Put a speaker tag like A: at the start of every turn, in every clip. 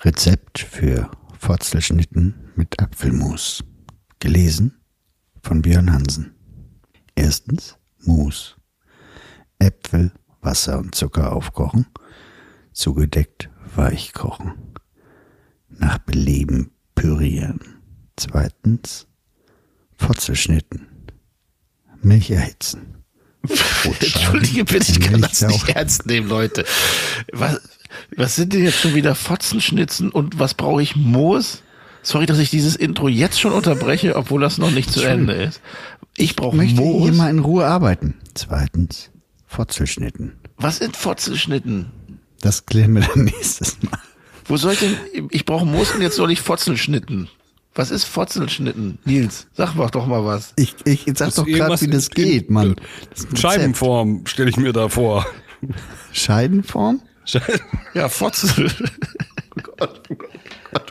A: Rezept für Fotzelschnitten mit Apfelmus. Gelesen von Björn Hansen. Erstens Mus. Äpfel, Wasser und Zucker aufkochen, zugedeckt weich kochen. Nach Belieben pürieren. Zweitens Fotzelschnitten. Milch erhitzen.
B: Entschuldige bitte, ich
A: in
B: kann das
A: Milchsau-
B: nicht ernst nehmen, Leute. Was, was sind denn jetzt schon wieder Fotzenschnitzen und was brauche ich Moos? Sorry, dass ich dieses Intro jetzt schon unterbreche, obwohl das noch nicht zu Ende ist. Ich brauche
A: Möchte
B: Moos.
A: hier mal in Ruhe arbeiten. Zweitens Fotzelschnitten.
B: Was sind Fotzenschnitten?
A: Das klären wir dann nächstes Mal.
B: Wo soll ich denn, ich brauche Moos und jetzt soll ich Fotzenschnitten. Was ist Fotzenschnitten? Nils, sag mal doch mal was.
A: Ich, ich jetzt sag
C: ist
A: doch gerade,
C: irgendwas
A: wie das
C: in- in-
A: geht, Mann. Das ist ein
C: Scheibenform stelle ich mir da vor.
A: Rezept. Scheidenform?
B: Ja, Fotzen.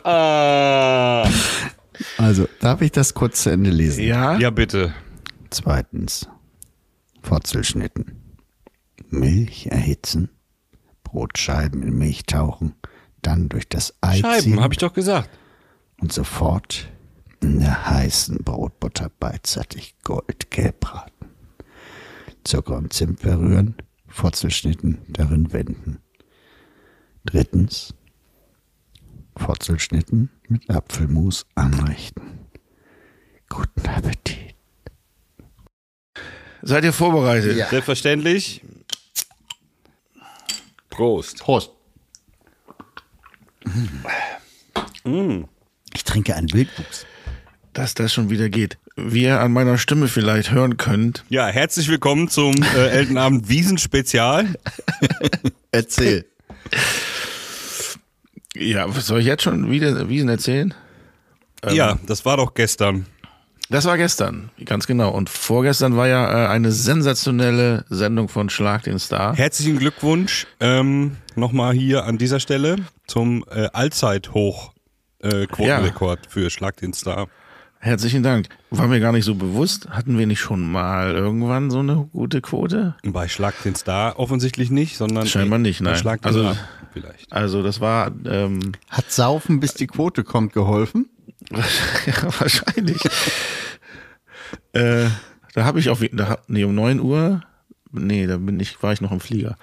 C: Ah.
A: Also, darf ich das kurz zu Ende lesen?
B: Ja?
C: Ja, bitte.
A: Zweitens, Fotzelschnitten. Milch erhitzen, Brotscheiben in Milch tauchen, dann durch das Ei
C: Scheiben,
A: ziehen
C: habe ich doch gesagt.
A: und sofort in der heißen Brotbutter beidseitig goldgelb braten. Zucker und Zimt verrühren, Fotzelschnitten darin wenden. Drittens, Fotzelschnitten mit Apfelmus anrichten. Guten Appetit.
B: Seid ihr vorbereitet? Ja.
C: Selbstverständlich. Prost.
B: Prost.
A: Ich trinke einen Wildwuchs.
B: Dass das schon wieder geht. Wie ihr an meiner Stimme vielleicht hören könnt,
C: Ja, herzlich willkommen zum äh, Eltenabend Wiesenspezial.
A: Erzähl.
B: Ja, was soll ich jetzt schon wieder Wiesen erzählen? Ähm.
C: Ja, das war doch gestern.
B: Das war gestern, ganz genau. Und vorgestern war ja äh, eine sensationelle Sendung von Schlag den Star.
C: Herzlichen Glückwunsch ähm, nochmal hier an dieser Stelle zum äh, Allzeithoch. Äh, Quotenrekord für Schlag den Star.
B: Herzlichen Dank. War mir gar nicht so bewusst. Hatten wir nicht schon mal irgendwann so eine gute Quote?
C: Bei Schlag den Star offensichtlich nicht, sondern
B: Scheinbar nicht,
C: bei
B: nein.
C: Schlag den
B: Also-
C: also, vielleicht.
B: Also das war ähm,
A: Hat Saufen, bis die Quote kommt, geholfen?
B: ja, wahrscheinlich. äh, da habe ich auch, da, hab- nee, um 9 Uhr. Nee, da bin ich, war ich noch im Flieger.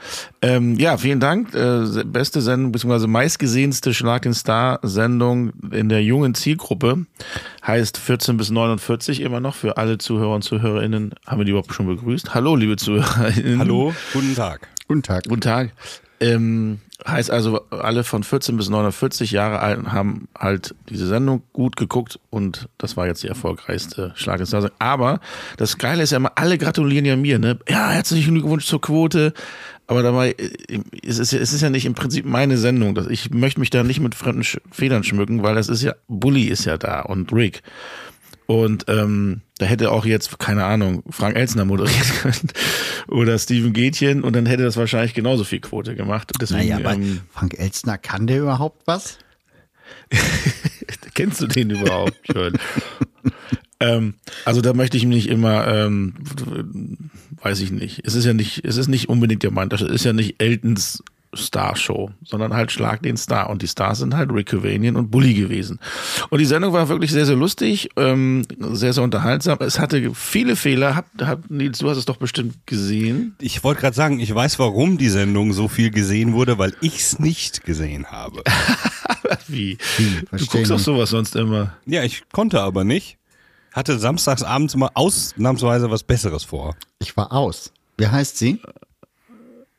B: Ähm, ja, vielen Dank. Äh, se- beste Sendung, beziehungsweise meistgesehenste Schlag den Star-Sendung in der jungen Zielgruppe. Heißt 14 bis 49 immer noch für alle Zuhörer und ZuhörerInnen. Haben wir die überhaupt schon begrüßt? Hallo, liebe ZuhörerInnen.
C: Hallo, guten Tag.
A: Guten Tag.
B: Guten Tag. Ähm, heißt also, alle von 14 bis 49 Jahre alt haben halt diese Sendung gut geguckt und das war jetzt die erfolgreichste Schlag des Jahres. Aber das Geile ist ja immer, alle gratulieren ja mir, ne? Ja, herzlichen Glückwunsch zur Quote. Aber dabei, äh, es ist, ja- es ist ja nicht im Prinzip meine Sendung. Das- Ich möchte mich da nicht mit fremden Sch Federn schmücken, weil das ist ja, Bully ist ja da und Rick. Und ähm, da hätte auch jetzt, keine Ahnung, Frank Elsner moderiert können oder Steven Gätchen und dann hätte das wahrscheinlich genauso viel Quote gemacht. Deswegen,
A: Naja, aber
B: ähm,
A: Frank Elstner, kann der überhaupt was?
B: kennst du den überhaupt schon? ähm, also da möchte ich mich nicht immer, ähm, weiß ich nicht. Es ist ja nicht, es ist nicht unbedingt der Mann, das ist ja nicht Eltons Starshow, sondern halt Schlag den Star. Und die Stars sind halt Rick Cavanian und Bully gewesen. Und die Sendung war wirklich sehr, sehr lustig, ähm, sehr, sehr unterhaltsam. Es hatte viele Fehler. Hab, hab, Nils, du hast es doch bestimmt gesehen.
C: Ich wollte gerade sagen, ich weiß, warum die Sendung so viel gesehen wurde, weil ich's nicht gesehen habe.
B: Wie? Du
A: verstehe
B: guckst doch
A: nicht.
B: sowas sonst immer.
C: Ja, ich konnte aber nicht. Hatte samstags abends mal ausnahmsweise was Besseres vor.
A: Ich war aus. Wie heißt sie?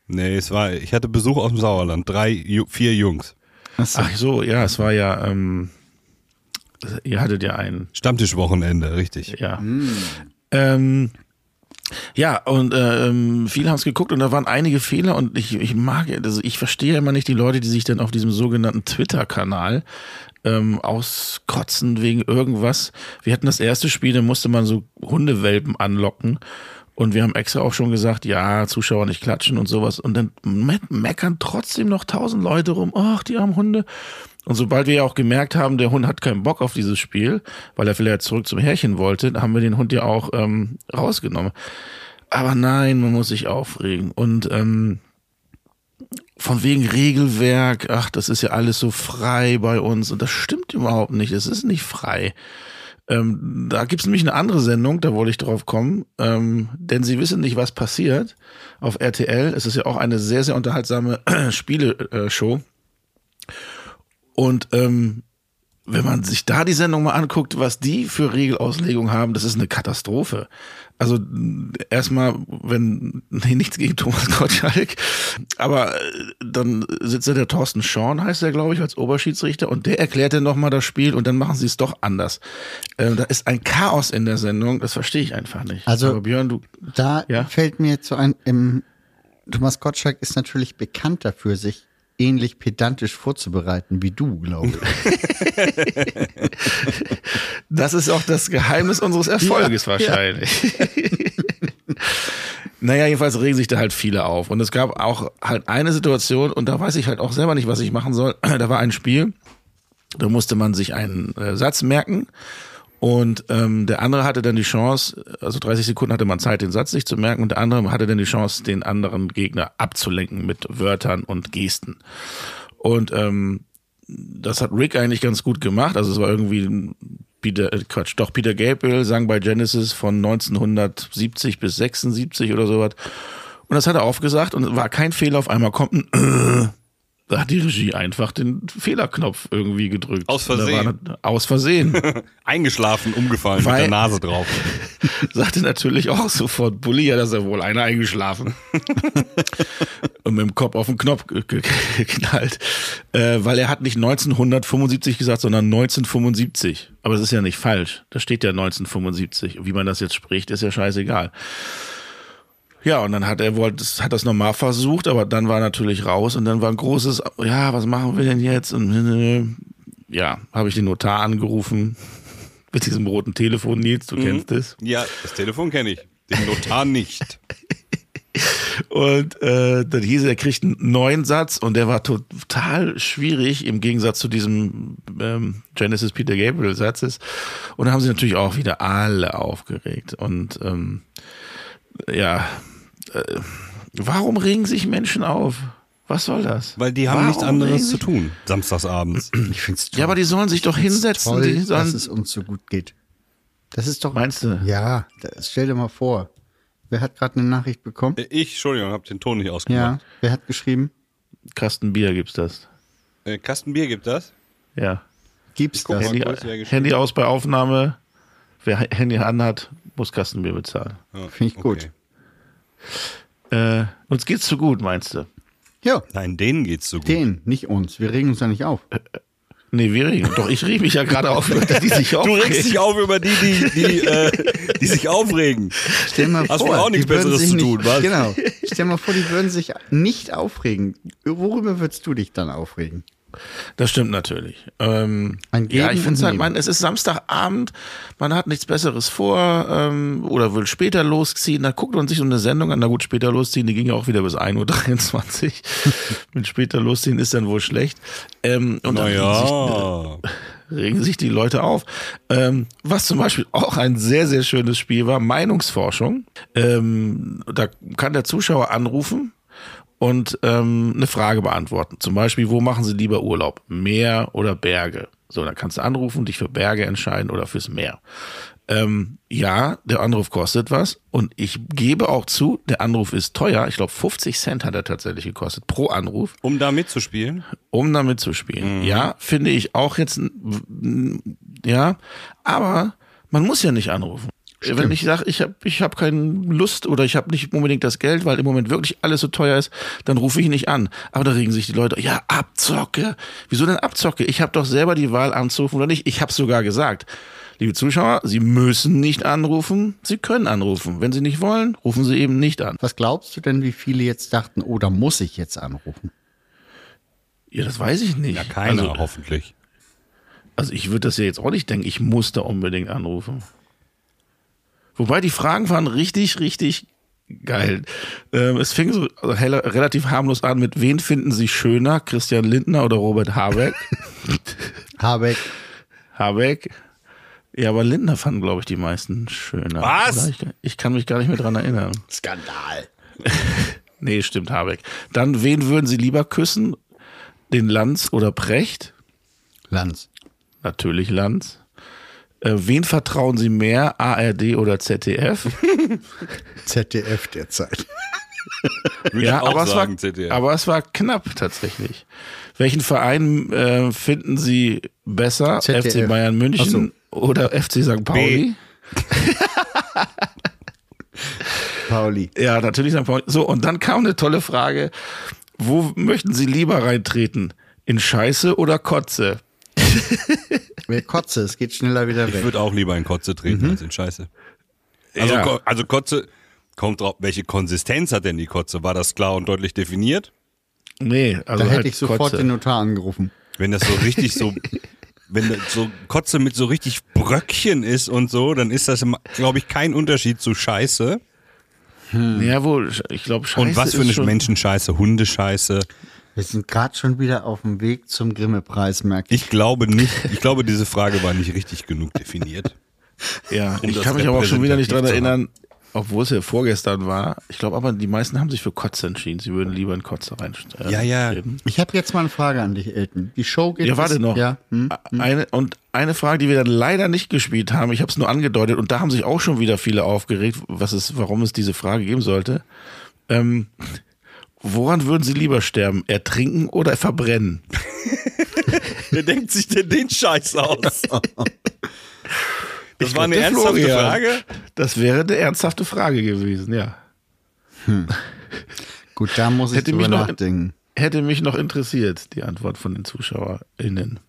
C: Nee, es war, ich hatte Besuch aus dem Sauerland. Drei, Ju- vier Jungs.
B: Ach so, ja, es war ja, ähm, ihr hattet ja einen.
C: Stammtischwochenende, richtig.
B: Ja. Ähm, ja, und äh, ähm, viele haben es geguckt und da waren einige Fehler und ich, ich mag, also ich verstehe immer nicht die Leute, die sich dann auf diesem sogenannten Twitter-Kanal ähm, auskotzen wegen irgendwas. Wir hatten das erste Spiel, da musste man so Hundewelpen anlocken. Und wir haben extra auch schon gesagt, ja, Zuschauer nicht klatschen und sowas. Und dann me meckern trotzdem noch tausend Leute rum, ach, die armen Hunde. Und sobald wir ja auch gemerkt haben, der Hund hat keinen Bock auf dieses Spiel, weil er vielleicht zurück zum Herrchen wollte, haben wir den Hund ja auch ähm, rausgenommen. Aber nein, man muss sich aufregen. Und ähm, von wegen Regelwerk, ach, das ist ja alles so frei bei uns. Und das stimmt überhaupt nicht. Es ist nicht frei. Ähm, da gibt es nämlich eine andere Sendung, da wollte ich drauf kommen, ähm, denn sie wissen nicht, was passiert auf RTL. Es ist ja auch eine sehr, sehr unterhaltsame äh, Spieleshow. Und ähm, wenn man sich da die Sendung mal anguckt, was die für Regelauslegung haben, das ist eine Katastrophe. Also erstmal, wenn, nee, nichts gegen Thomas Gottschalk, aber äh, dann sitzt da der Thorsten Schorn, heißt er, glaube ich, als Oberschiedsrichter und der erklärt dann nochmal das Spiel und dann machen sie es doch anders. Ähm, da ist ein Chaos in der Sendung, das verstehe ich einfach nicht.
A: Also
B: aber Björn, du,
A: da
B: ja?
A: fällt mir zu ein, im, Thomas Gottschalk ist natürlich bekannt dafür, sich ähnlich pedantisch vorzubereiten wie du, glaube ich.
B: Das ist auch das Geheimnis unseres Erfolges wahrscheinlich. naja, jedenfalls regen sich da halt viele auf. Und es gab auch halt eine Situation, und da weiß ich halt auch selber nicht, was ich machen soll. Da war ein Spiel, da musste man sich einen äh, Satz merken. Und ähm, der andere hatte dann die Chance, also 30 Sekunden hatte man Zeit, den Satz sich zu merken, und der andere hatte dann die Chance, den anderen Gegner abzulenken mit Wörtern und Gesten. Und ähm, das hat Rick eigentlich ganz gut gemacht. Also es war irgendwie Peter, äh, Quatsch, doch Peter Gabriel sang bei Genesis von 1970 bis 76 oder sowas. Und das hat er aufgesagt und war kein Fehler. Auf einmal kommt ein da hat die Regie einfach den Fehlerknopf irgendwie gedrückt.
C: Aus
B: Und da war
C: Versehen.
B: das- aus Versehen.
C: Eingeschlafen, umgefallen,
B: Weil-
C: mit der Nase drauf.
B: sagte natürlich auch sofort Bulli, ja, da ist ja wohl einer eingeschlafen. Und mit dem Kopf auf den Knopf ge- ge- geknallt. Äh, weil er hat nicht 1975 gesagt, sondern 1975. Aber es ist ja nicht falsch. Da steht ja 1975. Wie man das jetzt spricht, ist ja scheißegal. Ja, und dann hat er wollte, das- hat das nochmal versucht, aber dann war er natürlich raus und dann war ein großes, ja, was machen wir denn jetzt? Und äh, ja, habe ich den Notar angerufen mit diesem roten Telefon, Nils, du kennst es.
C: Ja, das Telefon kenne ich. Den Notar nicht.
B: Und äh, dann hieß es, er kriegt einen neuen Satz und der war total schwierig im Gegensatz zu diesem ähm, Genesis Peter Gabriel Satzes. Und da haben sie natürlich auch wieder alle aufgeregt. Und ähm, ja, äh, warum regen sich Menschen auf? Was soll das?
C: Weil die haben
B: Warum
C: nichts anderes
B: regen
C: zu
B: sich-
C: tun. Samstagsabends.
A: Ich finde es toll.
B: Ja, aber die sollen sich doch hinsetzen.
A: toll,
B: die sollen,
A: dass es uns so gut geht. Das ist doch.
B: Meinst du?
A: Ja, das, stell dir mal vor. Wer hat gerade eine Nachricht bekommen?
C: Äh,
B: Äh,
C: Ich, Entschuldigung, habe den Ton nicht
A: Ja.
C: ausgemacht.
A: Wer hat geschrieben?
B: Kasten Bier gibt's das.
C: Äh, Kastenbier gibt das?
B: Ja.
A: Gibt's
C: guck
A: das?
C: mal.
B: Handy,
C: kurz, wer geschrieben
B: Handy aus bei Aufnahme. Wer Handy anhat, muss Kastenbier bezahlen.
C: Ja,
A: Finde ich gut.
B: Äh, uns geht's zu gut, meinst du?
A: Ja,
C: Nein, denen geht's so gut.
A: den, nicht uns. Wir regen uns ja nicht auf.
B: Nee, wir regen. Doch, ich reg mich ja gerade auf, dass die sich
C: Du
B: aufregen.
C: regst dich auf über die, die, die, äh, die sich aufregen.
A: Stell mal
C: Hast du
A: vor,
C: auch nichts
A: die würden
C: Besseres
A: sich
C: zu
A: nicht,
C: tun, was?
A: Genau. Stell mal vor, die würden sich nicht aufregen. Worüber würdest du dich dann aufregen?
B: Das stimmt natürlich. Ähm,
A: Ein Geben
B: ja, ich finde
A: und
B: es halt,
A: Nehmen.
B: man, es ist Samstagabend, man hat nichts Besseres vor ähm, oder will später losziehen. Da guckt man sich so eine Sendung an, na gut, später losziehen, die ging ja auch wieder bis 1.23 Uhr. Mit später losziehen ist dann wohl schlecht. Ähm, und dann
C: Naja.
B: regen sich die Leute auf. Ähm, was zum Beispiel auch ein sehr, sehr schönes Spiel war, Meinungsforschung. Ähm, da kann der Zuschauer anrufen und ähm, eine Frage beantworten. Zum Beispiel, wo machen sie lieber Urlaub? Meer oder Berge? So, dann kannst du anrufen und dich für Berge entscheiden oder fürs Meer. Ähm, ja, der Anruf kostet was und ich gebe auch zu, der Anruf ist teuer. Ich glaube, 50 Cent hat er tatsächlich gekostet pro Anruf
C: Um da mitzuspielen.
B: um damit zu spielen. Ja, finde ich auch jetzt, n- ja, aber man muss ja nicht anrufen. Wenn ich sage, ich habe ich hab keine Lust oder ich habe nicht unbedingt das Geld, weil im Moment wirklich alles so teuer ist, dann rufe ich nicht an. Aber da regen sich die Leute, ja, Abzocke. Wieso denn Abzocke? Ich habe doch selber die Wahl anzurufen oder nicht. Ich habe sogar gesagt, liebe Zuschauer, Sie müssen nicht anrufen, Sie können anrufen. Wenn Sie nicht wollen, rufen Sie eben nicht an.
A: Was glaubst du denn, wie viele jetzt dachten, oh, da muss ich jetzt anrufen?
B: Ja, das weiß ich nicht.
C: Ja, keiner,
B: Also,
C: hoffentlich.
B: Also ich würde das ja jetzt auch nicht denken, ich muss da unbedingt anrufen. Wobei die Fragen waren richtig, richtig geil. Ähm, es fing so also hella- relativ harmlos an mit, wen finden Sie schöner, Christian Lindner oder Robert Habeck?
A: Habeck,
B: Habeck. Ja, aber Lindner fanden, glaube ich, die meisten schöner.
C: Was?
B: Oder? Ich, ich kann mich gar nicht mehr dran erinnern.
A: Skandal.
B: Nee, stimmt, Habeck. Dann, wen würden Sie lieber küssen? Den Lanz oder Precht?
A: Lanz.
B: Natürlich Lanz. Äh, wen vertrauen Sie mehr, ARD oder ZDF?
A: ZDF derzeit.
C: Würde ich auch
B: aber, es
C: sagen,
B: war,
C: ZDF.
B: aber es war knapp tatsächlich. Welchen Verein äh, finden Sie besser?
A: ZDF.
B: FC Bayern München oder FC St. Pauli?
A: Pauli.
B: Ja, natürlich St. Pauli. So, und dann kam eine tolle Frage. Wo möchten Sie lieber reintreten? In Scheiße oder Kotze?
A: Wer kotze, es geht schneller wieder
C: Ich
A: weg.
C: würde auch lieber in Kotze treten als in Scheiße. Also,
B: Mhm. Ja.
C: Ko- also Kotze kommt drauf, welche Konsistenz hat denn die Kotze? War das klar und deutlich definiert?
B: Nee, also
A: Da
B: halt
A: hätte ich sofort
B: Kotze.
A: den Notar angerufen.
C: Wenn das so richtig so, wenn das so Kotze mit so richtig Bröckchen ist und so, dann ist das, glaube ich, kein Unterschied zu Scheiße.
B: Jawohl, ich glaube Scheiße.
C: Und was für
B: ist
C: eine
B: schon-
C: Menschenscheiße, Hundescheiße.
A: Wir sind gerade schon wieder auf dem Weg zum Grimme-Preis, merke ich.
C: Ich glaube nicht, ich glaube, diese Frage war nicht richtig genug definiert.
B: Ja,
C: um
B: ich
C: das
B: kann mich aber auch schon wieder nicht dran
C: repräsentativ zu
B: erinnern, obwohl es ja vorgestern war. Ich glaube aber, die meisten haben sich für Kotze entschieden. Sie würden lieber in Kotze rein. äh,
C: Ja, ja.
B: treten.
A: Ich habe jetzt mal eine Frage an dich, Elton. Die Show geht
B: Ja, warte
A: bis-
B: noch.
A: Ja, hm?
B: Eine, und eine Frage, die wir dann leider nicht gespielt haben, ich habe es nur angedeutet und da haben sich auch schon wieder viele aufgeregt, was es, warum es diese Frage geben sollte. Ähm, woran würden Sie lieber sterben? Ertrinken oder verbrennen?
C: Wer denkt sich denn den Scheiß aus? Das
B: Ich glaub,
C: war eine
B: der
C: ernsthafte
B: Florian.
C: Frage.
B: Das wäre eine ernsthafte Frage gewesen, ja.
A: Gut, da muss ich
B: Hätte
A: drüber
B: mich noch-
A: nachdenken.
B: Hätte mich noch interessiert, die Antwort von den ZuschauerInnen.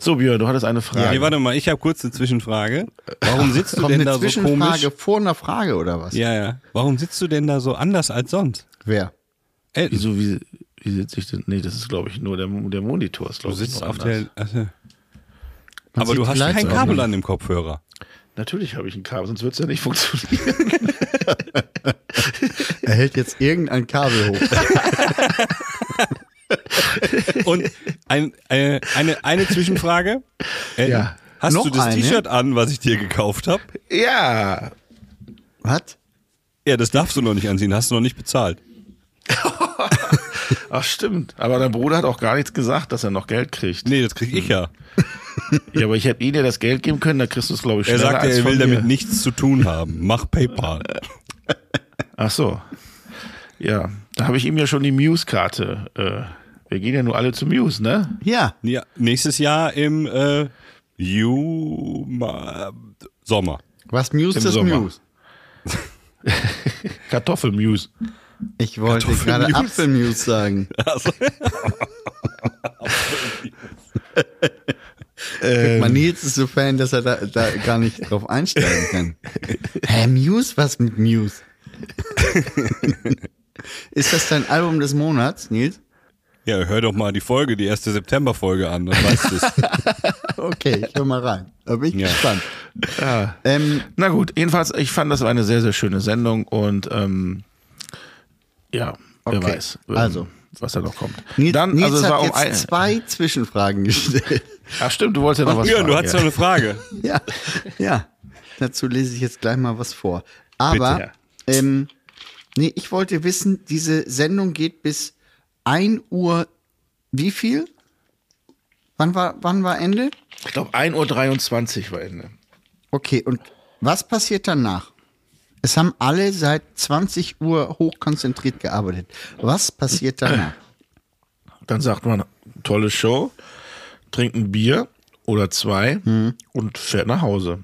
B: So, Björn, du hattest eine Frage.
C: Nee, warte mal, ich habe kurz eine Zwischenfrage. Warum sitzt du
A: Kommt
C: denn
A: eine
C: da so
A: Zwischenfrage
C: komisch?
A: vor einer Frage oder was?
C: Ja, ja. Warum sitzt du denn da so anders als sonst?
A: Wer?
C: Elton,
B: Wieso, wie, wie sitze ich denn? Nee, das ist, glaube ich, nur der, Mo- der Monitor. Ist,
C: du
B: glaub ich,
C: sitzt
B: nur
C: auf
B: anders.
C: der. Also,
A: Man
C: aber
A: sieht
C: du hast
A: die
C: kein
A: Leitungen.
C: Kabel an dem Kopfhörer.
B: Natürlich habe ich ein Kabel, sonst würde es ja nicht funktionieren.
A: Er hält jetzt irgendein Kabel hoch.
C: Und ein, äh, eine, eine Zwischenfrage. Elton,
B: Ja.
C: Hast
A: Noch
C: du das
A: eine?
C: T-Shirt an, was ich dir gekauft habe?
B: ja.
A: was?
C: Ja, das darfst du noch nicht anziehen, hast du noch nicht bezahlt.
B: Ach, stimmt. Aber dein Bruder hat auch gar nichts gesagt, dass er noch Geld kriegt.
C: Nee, das krieg ich
B: Hm.
C: ja.
B: Ja, aber ich hätte ihm ja das Geld geben können, da kriegst du es, glaube ich,
C: Er
B: schneller
C: sagte,
B: als
C: er
B: von
C: will damit
B: mir.
C: nichts zu tun haben. Mach PayPal.
B: Ach so. Ja, da habe ich ihm ja schon die Muse-Karte. Äh, wir gehen ja nur alle zu Muse, ne?
A: Ja.
C: Ja, nächstes Jahr im äh, Juma Sommer.
A: Was News
B: Im
A: ist
B: Sommer.
A: News.
B: Kartoffel-Muse.
A: Ich wollte gerade
C: Kartoffelnews.
A: Apfelnews sagen.
B: Also.
A: Man Nils ist so Fan, dass er da, da gar nicht drauf einsteigen kann. Hä, Muse? Was mit Muse? ist das dein Album des Monats, Nils?
C: Ja, hör doch mal die Folge, die erste September-Folge an, dann weißt du es.
A: Okay, ich hör mal rein. Da bin ich
C: Ja.
A: gespannt. Ähm,
B: Na gut, jedenfalls, ich fand das eine sehr, sehr schöne Sendung und ähm, ja, wer
A: Okay,
B: weiß, ähm,
A: also.
B: was da noch kommt.
A: Nils,
B: Dann,
A: Nils
B: also es
A: hat
B: war um
A: jetzt
B: ein,
A: zwei Zwischenfragen gestellt.
B: Ach stimmt, du wolltest ja noch was
C: Björn,
B: fragen.
C: Oh du hattest noch
B: ja.
C: eine Frage.
A: ja, ja. Dazu lese ich jetzt gleich mal was vor. Aber, ähm, nee, ich wollte wissen, diese Sendung geht bis 1 Uhr wie viel? Wann war, wann war Ende?
B: Ich glaube, 1.23 Uhr war Ende.
A: Okay, und was passiert danach? Es haben alle seit 20 Uhr hochkonzentriert gearbeitet. Was passiert danach?
B: Dann sagt man, tolle Show, trinkt ein Bier oder zwei und fährt nach Hause.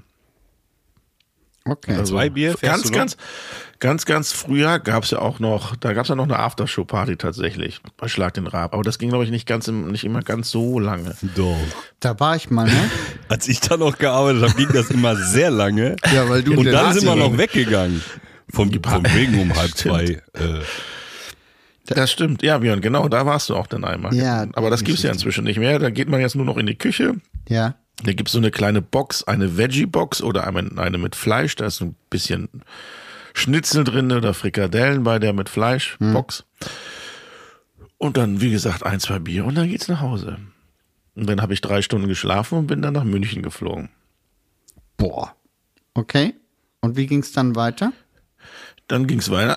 A: Okay.
C: Zwei Bier
B: ganz,
C: fährst du noch?
B: Also, ganz, ganz, ganz früher gab es ja auch noch, da gab es ja noch eine Aftershow-Party tatsächlich bei Schlag den Raab. Aber das ging, glaube ich, nicht ganz, im- nicht immer ganz so lange.
C: Doch.
A: Da war ich mal, ne?
C: Als ich da noch gearbeitet habe, ging das immer sehr lange.
A: Ja, weil du
C: Und
A: der
C: dann sind wir
A: Nazi
C: noch
A: warst.
C: weggegangen. Vom, vom Wegen um halb zwei. Äh,
B: Das stimmt, ja, Björn, genau, da warst du auch dann einmal.
A: Ja,
B: Aber das gibt's ja inzwischen nicht mehr. Da geht man jetzt nur noch in die Küche.
A: Ja.
B: Da gibt's so eine kleine Box, eine Veggie-Box oder eine, eine mit Fleisch. Da ist ein bisschen Schnitzel drin ne? oder Frikadellen bei der mit Fleisch-Box.
A: Hm.
B: Und dann, wie gesagt, ein, zwei Bier und dann geht's nach Hause. Und dann habe ich drei Stunden geschlafen und bin dann nach München geflogen.
A: Boah. Okay. Und wie ging es dann weiter?
B: Dann ging es weiter.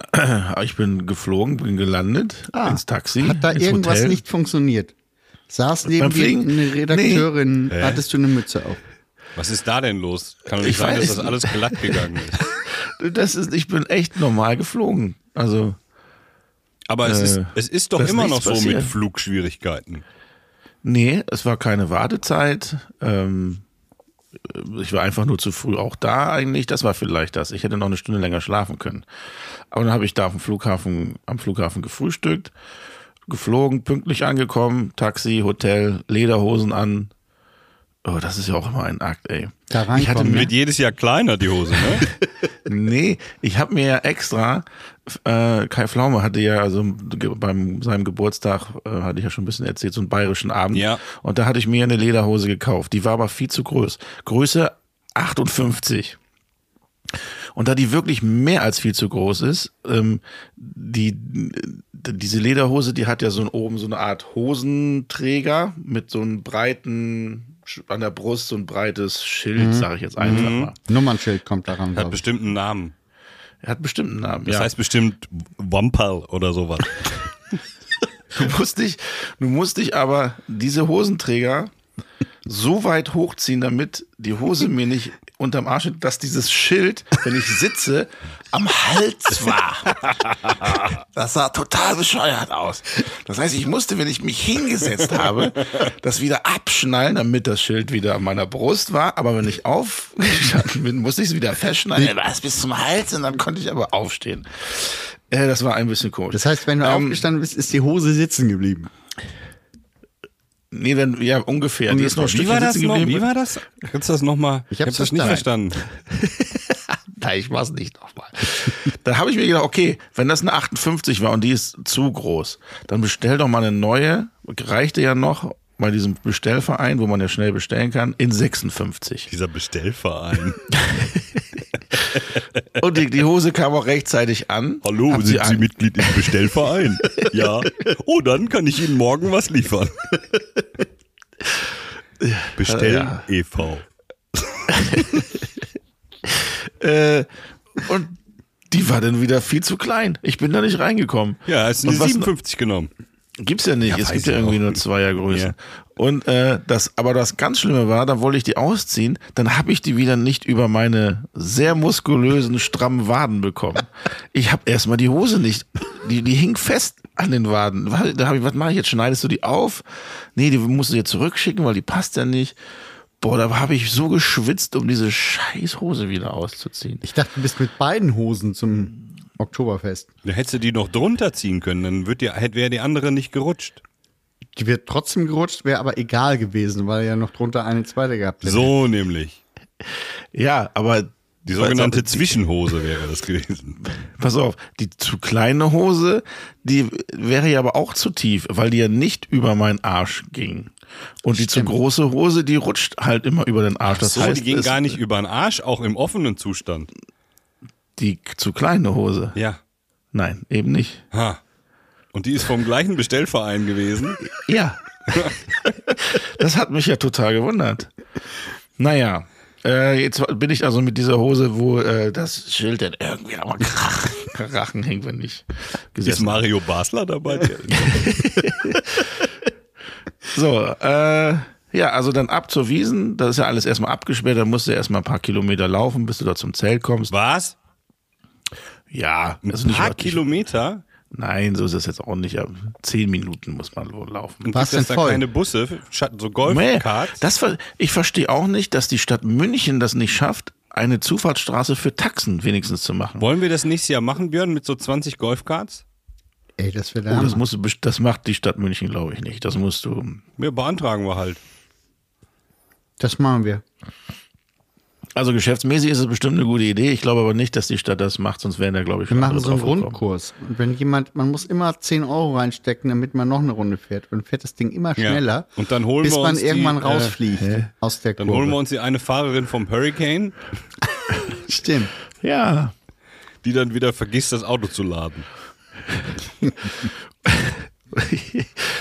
B: Ich bin geflogen, bin gelandet
A: Ah,
B: ins Taxi.
A: Hat da
B: ins
A: irgendwas
B: Hotel.
A: nicht funktioniert? Saß neben
B: Beim
A: dir
B: Fliegen?
A: eine Redakteurin, hattest du eine Mütze auf?
C: Was ist da denn los? Kann doch
B: Ich
C: nicht sein, dass
B: weiß
C: das alles glatt gegangen ist.
B: Das ist, ich bin echt normal geflogen. Also,
C: Aber es, ist,
B: Äh,
C: es ist doch
B: dass
C: immer
B: nichts
C: noch so mit
B: passiert.
C: Flugschwierigkeiten.
B: nee, es war keine Wartezeit. Ähm, ich war einfach nur zu früh auch da eigentlich. Das war vielleicht das. Ich hätte noch eine Stunde länger schlafen können. Aber dann habe ich da auf dem Flughafen, am Flughafen gefrühstückt, geflogen, pünktlich angekommen, Taxi, Hotel, Lederhosen an. Oh, das ist ja auch immer ein Akt, ey.
A: Da
B: ich hatte
A: reinkommen,
B: mir,
C: Wird jedes Jahr kleiner, die Hose, ne?
B: Nee, ich habe mir ja extra, äh, Kai Pflaume hatte ja, also ge- beim seinem Geburtstag, äh, hatte ich ja schon ein bisschen erzählt, so einen bayerischen Abend.
C: Ja.
B: Und da hatte ich mir eine Lederhose gekauft. Die war aber viel zu groß. Größe 58. Und da die wirklich mehr als viel zu groß ist, ähm, die, d- diese Lederhose, die hat ja so ein, oben so eine Art Hosenträger mit so einem breiten, Sch- an der Brust so ein breites Schild,
C: Mhm.
B: sag ich jetzt einfach mal.
A: Nummernschild kommt daran.
C: Hat
A: glaub ich.
C: bestimmt einen Namen.
B: Er hat bestimmt einen Namen.
C: Das heißt bestimmt Wampal oder sowas.
B: Du musst dich, du musst dich aber diese Hosenträger so weit hochziehen, damit die Hose mir nicht unterm Arsch steht, dass dieses Schild, wenn ich sitze, am Hals war. Das sah total bescheuert aus. Das heißt, ich musste, wenn ich mich hingesetzt habe, das wieder abschnallen, damit das Schild wieder an meiner Brust war. Aber wenn ich aufgestanden bin, musste ich es wieder festschneiden. Das bis zum Hals und dann konnte ich aber aufstehen. Äh, Das war ein bisschen komisch.
A: Das heißt, wenn du
B: Ähm,
A: aufgestanden bist, ist die Hose sitzen geblieben.
B: Nee, dann, ja, ungefähr. Die ist noch ein
C: Wie
B: Stückchen
C: war das
B: sitzen
C: noch?
B: geblieben.
C: Wie war das? Kannst du das nochmal?
A: Ich hab's
C: das nicht verstanden.
B: Nein, ich mach's nicht nochmal. dann habe ich mir gedacht, okay, wenn das eine 58 war und die ist zu groß, dann bestell doch mal eine neue. Reichte ja noch bei diesem Bestellverein, wo man ja schnell bestellen kann, in 56.
C: Dieser Bestellverein.
B: Und die, die Hose kam auch rechtzeitig an.
C: Hallo,
B: Hab
C: sind Sie
B: an-
C: Mitglied im Bestellverein? ja. Oh, dann kann ich Ihnen morgen was liefern. Bestell e
B: Ja.
C: e.V.
B: Äh, und die war dann wieder viel zu klein. Ich bin da nicht reingekommen.
C: Ja, hast du
B: Und
C: eine
B: was-
C: 57 genommen.
B: Gibt's ja nicht. es
C: weiß
B: gibt
C: ich
B: ja irgendwie
C: auch.
B: nur Zweiergrößen.
C: Ja.
B: Und äh, das, aber das ganz Schlimme war, dann wollte ich die ausziehen, dann habe ich die wieder nicht über meine sehr muskulösen, strammen Waden bekommen. Ich habe erstmal die Hose nicht, die, die hing fest an den Waden. Wa- Da habe ich, was mache ich jetzt? Schneidest du die auf? Nee, die musst du dir zurückschicken, weil die passt ja nicht. Boah, da habe ich so geschwitzt, um diese scheiß Hose wieder auszuziehen.
A: Ich dachte, du bist mit beiden Hosen zum Oktoberfest.
C: Da hättest du die noch drunter ziehen können, dann wird die, hätte- wäre die andere nicht gerutscht.
A: Die wird trotzdem gerutscht, wäre aber egal gewesen, weil er ja noch drunter eine zweite gehabt hätte.
C: So nämlich.
B: Ja, aber
C: Die sogenannte Zwischenhose wäre das gewesen.
B: Pass auf, die zu kleine Hose, die wäre ja aber auch zu tief, weil die ja nicht über meinen Arsch ging. Und die zu große Hose, die rutscht halt immer über den Arsch. Das
C: so,
B: heißt,
C: die ging
B: es-
C: gar nicht über den Arsch, auch im offenen Zustand.
B: Die zu kleine Hose.
C: Ja.
B: Nein, eben nicht.
C: Ha. Und die ist vom gleichen Bestellverein gewesen.
B: Ja. das hat mich ja total gewundert. Naja, äh, jetzt bin ich also mit dieser Hose, wo äh, das Schild dann irgendwie am Krachen, Krachen hängt, wenn ich
C: Ist
B: gesessen
C: Mario Basler dabei?
B: So, äh, ja, also dann ab zur Wiesen. Da ist ja alles erstmal abgesperrt. Da musst du erstmal ein paar Kilometer laufen, bis du da zum Zelt kommst.
C: Was?
B: Ja,
C: Ein
B: also nicht
C: paar
B: wirklich-
C: Kilometer?
B: Nein, so ist das jetzt auch nicht. Aber zehn Minuten muss man wohl laufen.
C: Und
A: Was
C: gibt es
A: denn
C: da
A: voll?
C: keine Busse, Scha- so
B: Nee,
C: Golfkarts?
B: das ver ich verstehe auch nicht, dass die Stadt München das nicht schafft, eine Zufahrtsstraße für Taxen wenigstens zu machen.
C: Wollen wir das nächstes Jahr machen, Björn, mit so 20 Golfkarts?
A: Ey, das wäre der
B: Oh, das,
A: Hammer.
B: musst du, best- das macht die Stadt München, glaube ich, nicht. Das musst du.
C: Wir beantragen wir halt.
A: das machen wir.
B: Also geschäftsmäßig ist es bestimmt eine gute Idee. Ich glaube aber nicht, dass die Stadt das macht, sonst wären da, glaube ich,
A: Wir
B: schon
A: machen
B: andere
A: so einen
B: drauf gekommen.
A: Grundkurs. Und wenn jemand, man muss immer 10 Euro reinstecken, damit man noch eine Runde fährt. Und fährt das Ding immer
C: Ja.
A: schneller.
C: Und dann holen
A: bis
C: wir
A: man
C: uns die,
A: irgendwann
C: äh,
A: rausfliegt aus der
C: Dann
A: Kurve.
C: holen wir uns die eine Fahrerin vom Hurricane,
A: Stimmt.
B: Ja,
C: die dann wieder vergisst, das Auto zu laden.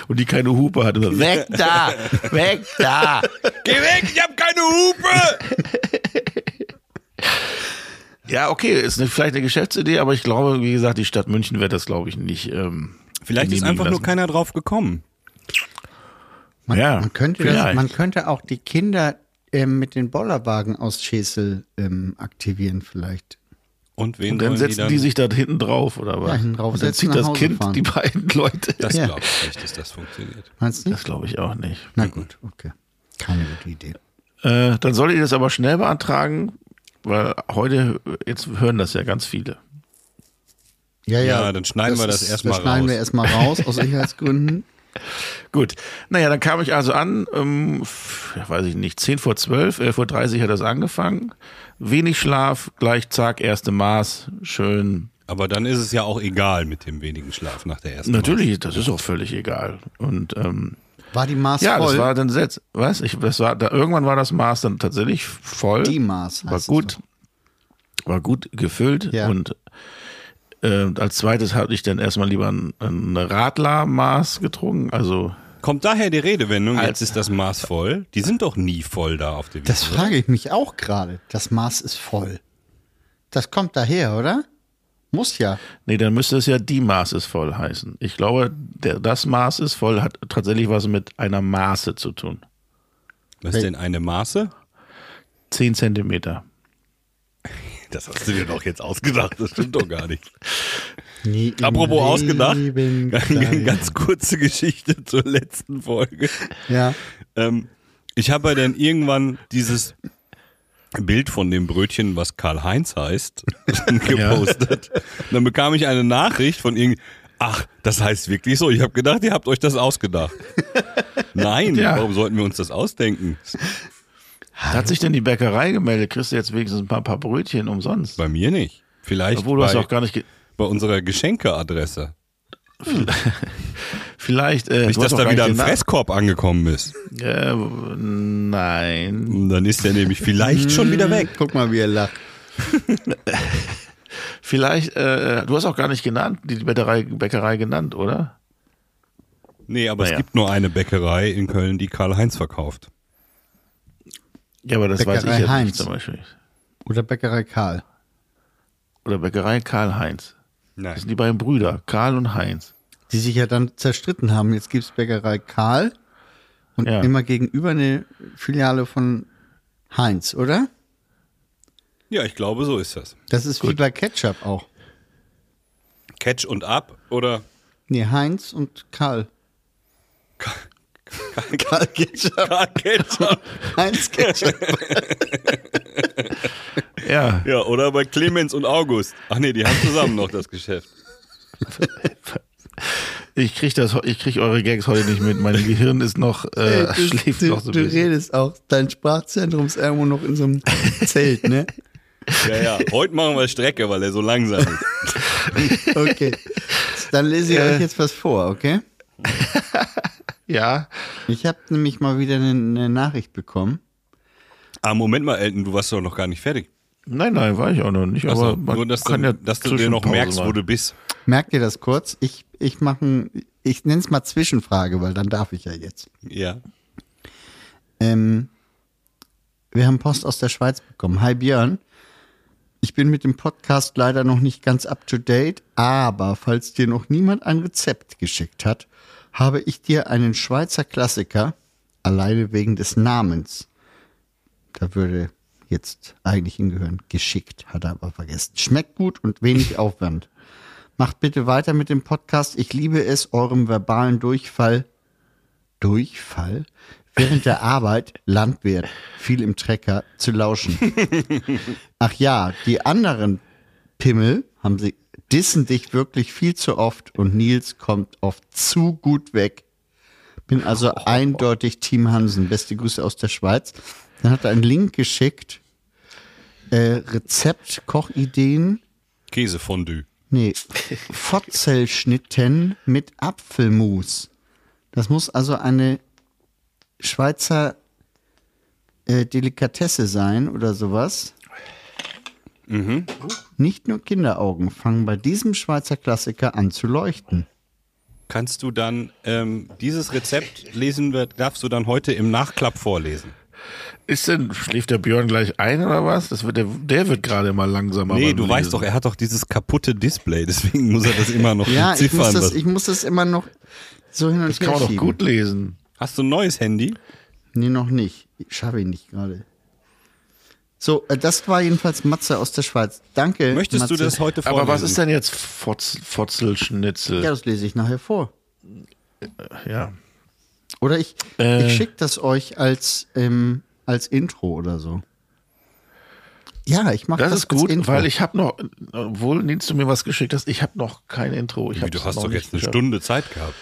B: Und die keine Hupe hat. Immer, weg da! Weg da!
C: Geh weg, ich hab keine Hupe!
B: Ja, okay, ist eine, vielleicht eine Geschäftsidee, aber ich glaube, wie gesagt, die Stadt München wird das, glaube ich, nicht. Ähm,
C: Vielleicht ist
B: genehmigen
C: einfach nur
B: lassen.
C: keiner drauf gekommen.
A: Man,
B: Ja,
A: man, könnte das,
B: vielleicht.
A: man könnte auch die Kinder ähm, mit den Bollerwagen aus Schesel ähm, aktivieren vielleicht.
C: Und wen
B: Und dann
C: sollen
B: setzen die,
C: dann?
B: sich da hinten drauf, oder was?
A: Ja, hinten drauf
B: und dann
A: setzen,
B: zieht
A: nach
B: das
A: Hause
B: Kind
A: fahren.
B: die beiden Leute.
C: das
A: Ja.
C: glaube ich nicht, dass das funktioniert.
A: Meinst du?
B: Das glaube ich auch nicht.
A: Na gut, okay. Keine gute Idee.
B: Äh, dann solltet ihr das aber schnell beantragen, weil heute, jetzt hören das ja ganz viele.
C: ja, dann schneiden wir das
A: ist-
C: erstmal
A: Das schneiden
C: raus.
A: wir erstmal raus, aus Sicherheitsgründen.
B: Gut. Naja, dann kam ich also an, ähm, f- ja, weiß ich nicht, 10 vor 12, 11 vor 30 hat das angefangen. Wenig Schlaf, gleich zack, erste Maß, schön.
C: Aber dann ist es ja auch egal mit dem wenigen Schlaf nach der ersten.
B: Natürlich, das ist auch völlig egal. Und ähm,
A: War die Maß
B: ja,
A: voll?
B: das war dann selbst, was? Ich, das war, da, irgendwann war das Maß dann tatsächlich voll.
A: die Maß.
B: war
A: heißt es
B: gut,
A: doch.
B: war gut gefüllt
A: Ja.
B: und äh, als zweites hatte ich dann erstmal lieber ein, ein Radlermaß getrunken, also
C: Maß. Kommt daher die Redewendung,
B: Als-
C: jetzt ist das Maß voll. Die sind doch nie voll da auf der Wiese.
A: Das frage ich mich auch gerade. Das Maß ist voll. Das kommt daher, oder? Muss ja.
B: nee, dann müsste es ja die Maß ist voll heißen. Ich glaube, der, das Maß ist voll hat tatsächlich was mit einer Maße zu tun.
C: Was ist denn eine Maße?
B: Zehn Zentimeter.
C: Das hast du dir doch jetzt ausgedacht, das stimmt doch gar nicht.
A: Nie im
C: Apropos ausgedacht,
A: Leben klein.
C: ganz kurze Geschichte zur letzten Folge.
A: Ja.
C: Ähm, ich habe ja dann irgendwann dieses Bild von dem Brötchen, was Karl-Heinz heißt, gepostet. Und Dann bekam ich eine Nachricht von irgend. Ach, das heißt wirklich so. Ich habe gedacht, ihr habt euch das ausgedacht. Nein,
B: Ja.
C: warum sollten wir uns das ausdenken?
B: Hat sich denn die Bäckerei gemeldet? Kriegst du jetzt wenigstens ein paar, paar Brötchen umsonst?
C: Bei mir nicht. Vielleicht
B: Obwohl du hast
C: bei,
B: auch gar nicht. Ge
C: bei unserer Geschenkeadresse.
B: Vielleicht. Äh,
C: Nicht,
B: du
C: dass
B: hast auch
C: da
B: gar
C: wieder ein
B: nicht
C: Fresskorb angekommen ist.
B: den Na- Äh, nein.
C: Und dann ist der nämlich vielleicht schon wieder weg.
A: Guck mal, wie er lacht.
B: Vielleicht, äh, du hast auch gar nicht genannt, die Bäckerei, Bäckerei genannt, oder?
C: Nee, aber
B: Naja.
C: es gibt nur eine Bäckerei in Köln, die Karl-Heinz verkauft.
B: Ja, aber das weiß ich
A: Bäckerei
B: jetzt
A: Heinz.
B: nicht zum Beispiel.
A: Oder Bäckerei Karl.
B: Oder Bäckerei Karl-Heinz. Das
C: Nein.
B: sind die beiden Brüder, Karl und Heinz.
A: Die sich ja dann zerstritten haben. Jetzt gibt's Bäckerei Karl und
B: Ja.
A: immer gegenüber eine Filiale von Heinz, oder?
C: Ja, ich glaube, so ist das.
A: Das ist wie bei Ketchup auch.
C: Catch und Up oder
A: Nee, Heinz und Karl. Karl Ketchup.
C: Karl Catch Up.
A: Heinz Ketchup.
B: Ja,
C: Ja, oder bei Clemens und August. Ach nee, die haben zusammen noch das Geschäft.
B: ich krieg das, ich krieg eure Gags heute nicht mit. Mein Gehirn ist noch, äh, schläft
A: du,
B: noch so ein
A: du
B: bisschen.
A: redest auch. Dein Sprachzentrum ist irgendwo noch in so einem Zelt, ne?
C: Ja, ja. Heute machen wir Strecke, weil er so langsam ist.
A: Okay. Dann lese
B: Äh.
A: ich euch jetzt was vor, okay?
B: Ja,
A: Ich habe nämlich mal wieder eine, eine Nachricht bekommen.
C: Ah, Moment mal, Elton, du warst doch noch gar nicht fertig.
B: nein, nein, war ich auch noch nicht.
C: Also,
B: aber man
C: nur, dass,
B: kann
C: du,
B: ja
C: dass du dir noch
B: Zwischenpause
C: merkst, wo
B: machen.
C: du bist.
A: Merkt ihr das kurz? Ich, ich mache, ich nenne es mal Zwischenfrage, weil dann darf ich ja jetzt.
C: Ja.
A: Ähm, wir haben Post aus der Schweiz bekommen. Hi Björn. Ich bin mit dem Podcast leider noch nicht ganz up to date, aber falls dir noch niemand ein Rezept geschickt hat, habe ich dir einen Schweizer Klassiker alleine wegen des Namens. Da würde jetzt eigentlich hingehören, geschickt, hat er aber vergessen. Schmeckt gut und wenig Aufwand. Macht bitte weiter mit dem Podcast. Ich liebe es, eurem verbalen Durchfall Durchfall während der Arbeit Landwirt viel im Trecker zu lauschen. Ach ja, die anderen Pimmel haben sie dissen dich wirklich viel zu oft und Nils kommt oft zu gut weg. Bin also eindeutig Team Hansen. Beste Grüße aus der Schweiz. Dann hat er einen Link geschickt. Äh, Rezept, Kochideen.
C: Käsefondue.
A: Nee, Fotzelschnitten mit Apfelmus. Das muss also eine Schweizer äh, Delikatesse sein oder sowas. Nicht nur Kinderaugen fangen bei diesem Schweizer Klassiker an zu leuchten.
C: Kannst du dann ähm, dieses Rezept lesen, wir- darfst du dann heute im Nachklapp vorlesen.
B: Ist denn, schläft der Björn gleich ein oder was? Das wird der, der wird gerade mal langsamer.
C: Nee,
B: beim
C: du weißt
B: Lesen.
C: doch, er hat doch dieses kaputte Display, deswegen muss er das immer noch
A: Ja, ich muss,
C: ziffern.
A: das, ich muss das immer noch so hin und
B: Das
A: her
B: kann man doch
A: schieben.
B: gut lesen.
C: Hast du ein neues Handy?
A: Nee, noch nicht. Ich Schaffe ich nicht gerade. So, äh, das war jedenfalls Matze aus der Schweiz. Danke.
C: Möchtest
A: Matze.
C: du das heute vorlesen?
B: Aber was ist denn jetzt Fotz, Fotzelschnitzel?
A: Ja, das lese ich nachher vor.
B: ja.
A: Oder ich,
B: Äh.
A: ich schicke das euch als, ähm, als Intro oder so. Ja, ich mache das,
B: Das ist gut,
A: als Intro.
B: weil ich habe noch, obwohl Nils du mir was geschickt hast, ich habe noch kein Intro. Ich
C: Wie,
B: hab's
C: du hast
B: noch
C: doch
B: nicht
C: jetzt eine
B: geschafft.
C: Stunde Zeit gehabt.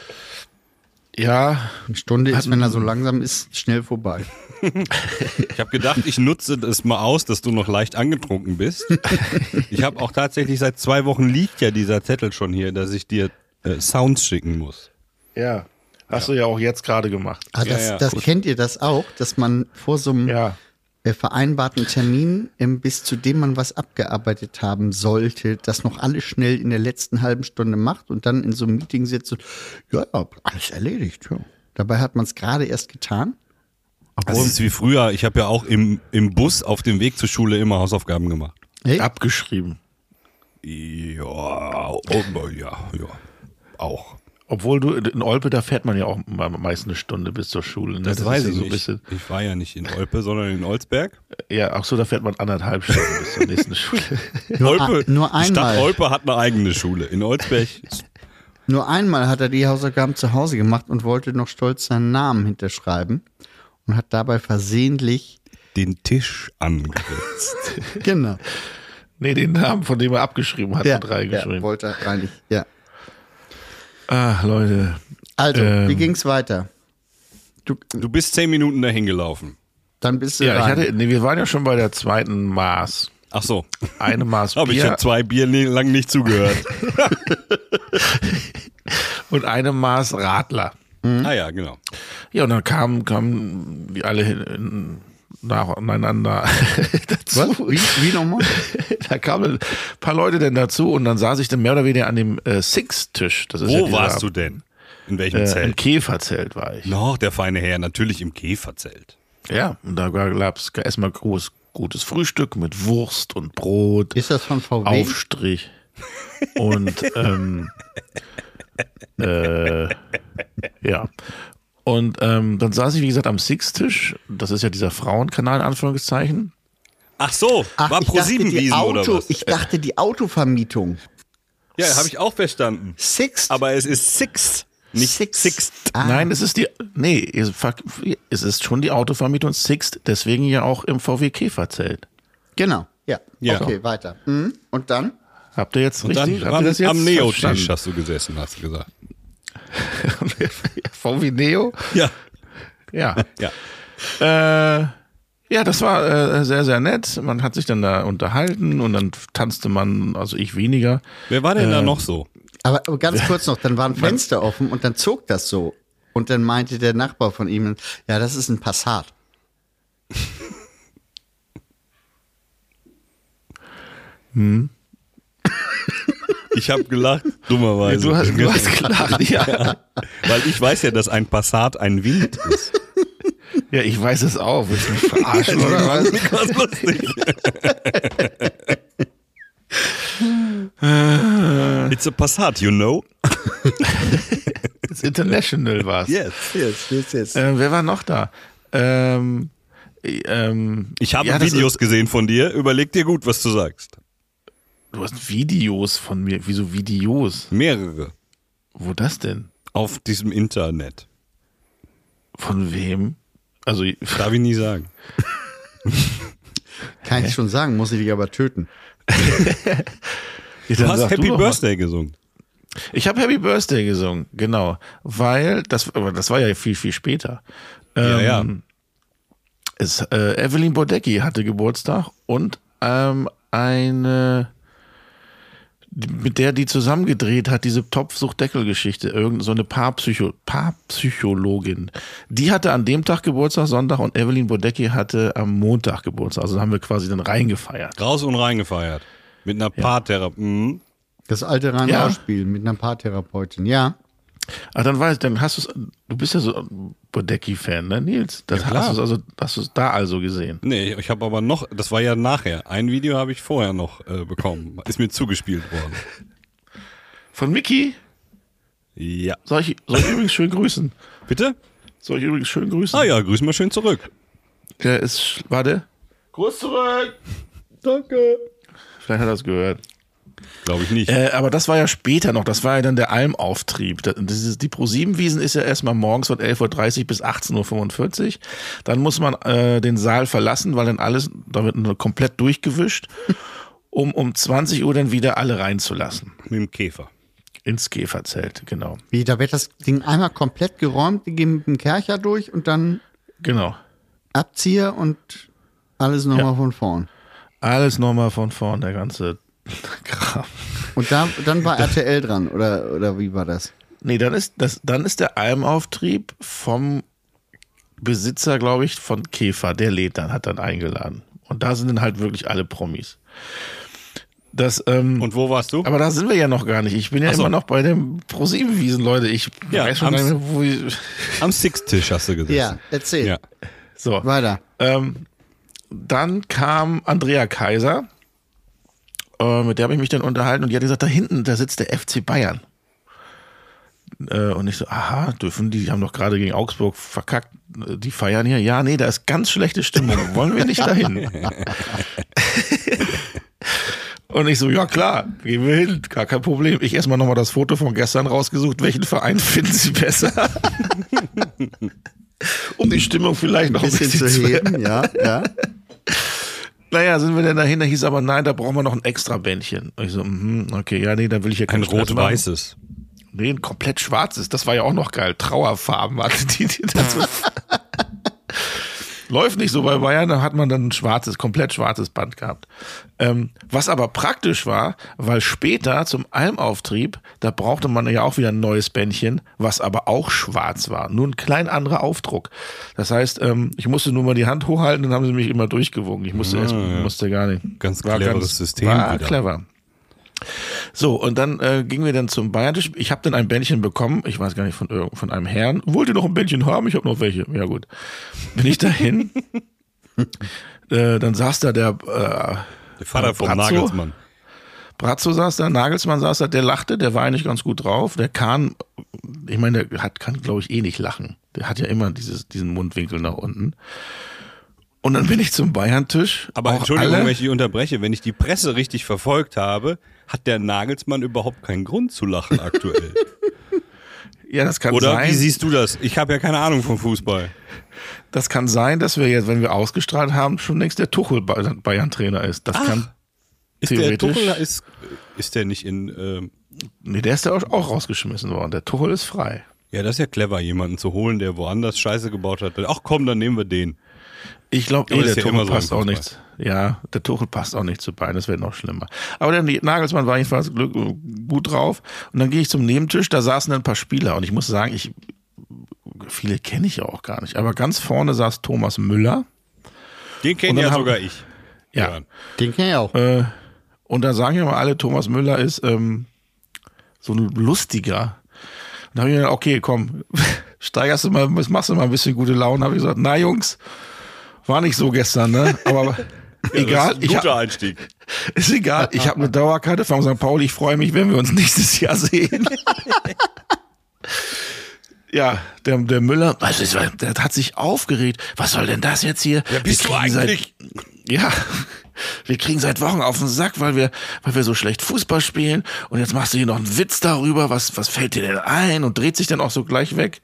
B: Ja,
A: Eine Stunde ist, wenn er so langsam ist, schnell vorbei.
C: Ich habe gedacht, ich nutze das mal aus, dass du noch leicht angetrunken bist. Ich habe auch tatsächlich seit zwei Wochen liegt ja dieser Zettel schon hier, dass ich dir äh, Sounds schicken muss.
B: ja. Hast du ja auch jetzt gerade gemacht.
A: Ah,
C: Ja,
A: das
C: ja,
A: das
C: gut.
A: kennt ihr das auch, dass man vor so einem
B: Ja.
A: äh, vereinbarten Termin, ähm, bis zu dem man was abgearbeitet haben sollte, das noch alles schnell in der letzten halben Stunde macht und dann in so einem Meeting sitzt und, ja, ja, alles erledigt. Ja. Dabei hat man es gerade erst getan.
C: Das ist wie früher. Ich habe ja auch im, im Bus auf dem Weg zur Schule immer Hausaufgaben gemacht.
A: Hey,
B: Abgeschrieben.
C: Ja, oh, ja, ja. Auch.
B: Obwohl du in Olpe, da fährt man ja auch me- meist eine Stunde bis zur Schule. Ne?
C: Das,
B: ist
C: weiß
B: ja
C: ich
B: so ein
C: nicht.
B: bisschen.
C: Ich war ja nicht in Olpe, sondern in Olsberg.
B: Ja, ach so, da fährt man anderthalb Stunden bis zur nächsten Schule.
C: Olpe,
A: a- nur
C: Die Stadt
A: einmal.
C: Olpe hat eine eigene Schule. In Olsberg
A: Nur einmal hat er die Hausaufgaben zu Hause gemacht und wollte noch stolz seinen Namen hinterschreiben und hat dabei versehentlich,
C: den Tisch angewitzt.
A: genau,
B: Nee, den Namen, von dem er abgeschrieben hat,
A: ja,
B: hat reingeschrieben.
A: ja, wollte er reinig, ja.
B: Ach, Ah, Leute.
A: Also,
B: Ähm.
A: wie ging's weiter? Du,
C: Du bist zehn Minuten dahin gelaufen.
A: dann bist du
B: Ja, ich
A: rein.
B: hatte, nee, wir waren ja schon bei der zweiten Maß.
C: Ach so.
B: Eine Maß
C: Aber ich
B: Bier
C: habe zwei Bier nie- lang nicht zugehört.
B: und eine Maß Radler.
C: Ah ja, genau.
B: Ja, und dann kamen, kamen wir alle hin- in, nacheinander
A: Was?
B: dazu.
A: Wie, wie nochmal?
B: da kamen ein paar Leute denn dazu und dann saß ich dann mehr oder weniger an dem äh, Six-Tisch. Das ist ja
C: Wo
B: dieser,
C: warst du denn? In welchem
B: Äh, Im
C: Zelt?
B: Käferzelt war ich.
C: Noch der feine Herr, natürlich im Käferzelt.
B: Ja, und da gab es erstmal groß, gutes Frühstück mit Wurst und Brot,
A: Ist das von VW?
B: Aufstrich und ähm, äh, ja. Und ähm, dann saß ich, wie gesagt, am Six-Tisch. Das ist ja dieser Frauenkanal, in Anführungszeichen.
C: Ach so, war
A: ich dachte, die
C: ProSiebenwiesen oder
A: Auto,
C: was?
A: ich dachte die Autovermietung.
C: Ja, habe ich auch verstanden.
A: Six.
C: Aber es ist Sixth, nicht
A: Six.
C: Sixth.
A: Ah,
B: Nein, es ist die, nee, es fuck- es ist schon die Autovermietung Sixt, deswegen ja auch im VW Käferzelt.
A: Genau. Ja.
C: Ja.
A: Okay, weiter. Mhm. Und dann?
B: Habt ihr jetzt
C: Dann
B: richtig? habt
C: am-
B: ihr das jetzt
C: am Neo-Tisch
B: verstanden?
C: hast du gesessen, hast du gesagt.
B: VW Neo?
C: Ja,
B: Ja.
C: ja.
B: Äh, ja, das war äh, sehr, sehr nett. Man hat sich dann da unterhalten und dann tanzte man, also ich weniger.
C: Wer war denn da
B: Ähm.
C: noch so?
A: Aber, aber ganz kurz noch, dann war ein Fenster offen und dann zog das so. Und dann meinte der Nachbar von ihm, ja, das ist ein Passat.
C: Ich habe gelacht, dummerweise.
B: du hast, du hast gelacht, ja.
C: Weil ich weiß ja, dass ein Passat ein Wind ist.
B: Ja, ich weiß es auch. Willst du mich verarschen oder was?
C: Was lustig. It's a Passat, you know?
B: Das International war's.
C: Yes.
A: Jetzt, jetzt, jetzt.
B: Äh, wer war noch da? Ähm, äh, ähm,
C: Ich habe
B: ja, das
C: Videos gesehen von dir. Überleg dir gut, was du sagst.
B: Du hast Videos von mir. Wieso Videos?
C: Mehrere.
B: Wo das denn?
C: Auf diesem Internet.
B: Von wem? Also,
C: Darf ich nie sagen.
A: Kann ich schon sagen, muss ich dich aber töten.
C: Du hast Happy
B: doch mal.
C: Birthday gesungen.
B: Ich habe Happy Birthday gesungen, genau. Weil, das, aber das war ja viel, viel später.
C: Ja, ja.
B: Ähm, Es, äh, Evelyn Bodecki hatte Geburtstag und ähm, eine, mit der die zusammengedreht hat, diese Topfsuchtdeckel-Geschichte, irgend so eine Paarpsycho Paarpsychologin. Die hatte an dem Tag Geburtstag, Sonntag, und Evelyn Bodecki hatte am Montag Geburtstag. Also haben wir quasi dann reingefeiert.
C: Raus und rein gefeiert. Mit einer Paartherapie. Mhm.
A: Das alte rein
B: Ja.
A: ausspielen mit einer Paartherapeutin. Ja.
B: Ach, Ah, dann weiß, dann hast du es. Du bist ja so ein Bodecki-Fan, ne, Nils? Das
C: klar.
B: hast du also, hast du es da also gesehen.
C: Nee, ich habe aber noch, das war ja nachher. Ein Video habe ich vorher noch äh, bekommen. Ist mir zugespielt worden.
B: Von Mickey
C: Ja.
B: soll ich, soll ich übrigens schön grüßen.
C: Bitte?
B: Soll ich übrigens schön grüßen.
C: Ah ja, grüßen wir schön zurück.
B: Der ist, sch- warte,
C: Gruß zurück. Danke.
B: vielleicht hat er es gehört.
C: Glaube ich nicht.
B: Äh, aber das war ja später noch, das war ja dann der Almauftrieb. Das, das ist, die Pro-7-Wiesen ist ja erstmal morgens von 11.30 Uhr bis 18.45 Uhr. Dann muss man äh, den Saal verlassen, weil dann alles, da wird nur komplett durchgewischt, um um 20 Uhr dann wieder alle reinzulassen.
C: Mit dem Käfer.
B: Ins Käferzelt, genau.
A: Wie, da wird das Ding einmal komplett geräumt, die gehen mit dem Kercher durch und dann
B: Genau.
A: Abzieher und alles nochmal von vorn.
B: Alles nochmal von vorn, der ganze Kram.
A: Und da, dann war RTL dran, oder, oder wie war das?
B: Nee, dann ist, das, dann ist der Almauftrieb vom Besitzer, glaube ich, von Käfer, der lädt dann, hat dann eingeladen. Und da sind dann halt wirklich alle Promis. Das, ähm,
C: Und wo warst du?
B: aber da sind wir ja noch gar nicht. Ich bin ja
C: Ach so.
B: immer noch bei dem ProSieben-Wiesen, Leute. Ich
C: Ja,
B: weiß schon gar
C: am-
B: nicht mehr, wo ich,
C: Am Six-Tisch hast du gesessen.
A: Ja, erzähl.
C: Ja.
B: So.
A: Weiter.
B: Ähm, dann kam Andrea Kaiser, äh, mit der habe ich mich dann unterhalten und die hat gesagt, da hinten, da sitzt der FC Bayern. Äh, und ich so, aha, dürfen die, die haben doch gerade gegen Augsburg verkackt, äh, die feiern hier. Ja, nee, da ist ganz schlechte Stimmung, wollen wir nicht dahin? und ich so, ja klar, gehen wir hin, gar kein Problem. Ich erstmal nochmal das Foto von gestern rausgesucht, welchen Verein finden Sie besser? um die Stimmung vielleicht noch ein bisschen,
A: Bisschen zu heben, ja, ja.
B: naja, sind wir denn dahin? Da hieß aber, nein, da brauchen wir noch ein extra Bändchen. Und ich so, mhm, okay, ja, nee, dann will ich ja kein
C: Ein rot-weißes.
B: Nee, ein komplett schwarzes. Das war ja auch noch geil. Trauerfarben hatte die, die dazu. Läuft nicht so bei Bayern, da hat man dann ein schwarzes, komplett schwarzes Band gehabt. Ähm, was aber praktisch war, weil später zum Almauftrieb, da brauchte man ja auch wieder ein neues Bändchen, was aber auch schwarz war. Nur ein klein anderer Aufdruck. Das heißt, ähm, ich musste nur mal die Hand hochhalten, dann haben sie mich immer durchgewogen. Ich musste erst, musste gar nicht.
C: Ganz cleveres System
B: War
C: wieder.
B: clever. So, und dann äh, gingen wir dann zum Bayern-Tisch. Ich habe dann ein Bändchen bekommen, ich weiß gar nicht, von, irgend- von einem Herrn. Wollt ihr noch ein Bändchen haben? Ich habe noch welche. Ja gut. Bin ich dahin. äh, dann saß da der äh,
C: Der Vater vom
B: Brazzo?
C: Nagelsmann.
B: Brazzo saß da, Nagelsmann saß da, der lachte, der war eigentlich ganz gut drauf. Der Kahn, ich meine, der hat, kann, glaube ich, eh nicht lachen. Der hat ja immer dieses, diesen Mundwinkel nach unten. Und dann bin ich zum Bayern-Tisch.
C: Aber
B: Auch
C: Entschuldigung,
B: alle-
C: wenn ich dich unterbreche, wenn ich die Presse richtig verfolgt habe, hat der Nagelsmann überhaupt keinen Grund zu lachen aktuell.
B: ja, das kann
C: Oder
B: sein.
C: wie siehst du das? Ich habe ja keine Ahnung vom Fußball.
B: Das kann sein, dass wir jetzt, wenn wir ausgestrahlt haben, schon längst der Tuchel Ba- Bayern-Trainer ist. Das kann.
C: Ist der
B: Theoretisch.
C: Tuchel ist, ist der nicht in ähm,
B: Nee, der ist ja auch- auch rausgeschmissen worden. Der Tuchel ist frei.
C: Ja, das ist ja clever, jemanden zu holen, der woanders Scheiße gebaut hat. Ach komm, dann nehmen wir den.
B: Ich glaube,
C: Aber
B: eh,
C: das
B: der
C: ist ja
B: Tuchel
C: immer so
B: passt
C: im
B: auch
C: Fußball.
B: nicht. Ja, der Tuchel passt auch nicht zu Bayern. Das wird noch schlimmer. Aber der Nagelsmann war jedenfalls glück, äh, gut drauf. Und dann gehe ich zum Nebentisch. Da saßen ein paar Spieler. Und ich muss sagen, ich viele kenne ich ja auch gar nicht. Aber ganz vorne saß Thomas Müller.
C: Den
B: Und
C: kenne
B: dann
C: ja
B: haben-
C: sogar ich.
B: Ja.
A: Den kenn ich auch.
B: Äh, und da sagen ja mal alle, Thomas Müller ist ähm, so ein lustiger. Und da habe ich mir gedacht, okay, komm, steigerst du mal, machst du mal ein bisschen gute Laune. Habe ich gesagt, na Jungs, war nicht so gestern, ne? Aber
C: Egal,
B: egal,
C: das ist ein
B: ich
C: guter
B: hab,
C: Einstieg.
B: ist egal, ich habe eine Dauerkarte von St. Pauli. Ich freue mich, wenn wir uns nächstes Jahr sehen. Ja, der, der Müller, was ist, der hat sich aufgeregt. Was soll denn das jetzt hier? Wer
C: bist du eigentlich?
B: ja, wir kriegen seit Wochen auf den Sack, weil wir, weil wir so schlecht Fußball spielen. Und jetzt machst du hier noch einen Witz darüber. Was, was fällt dir denn ein? Und dreht sich dann auch so gleich weg.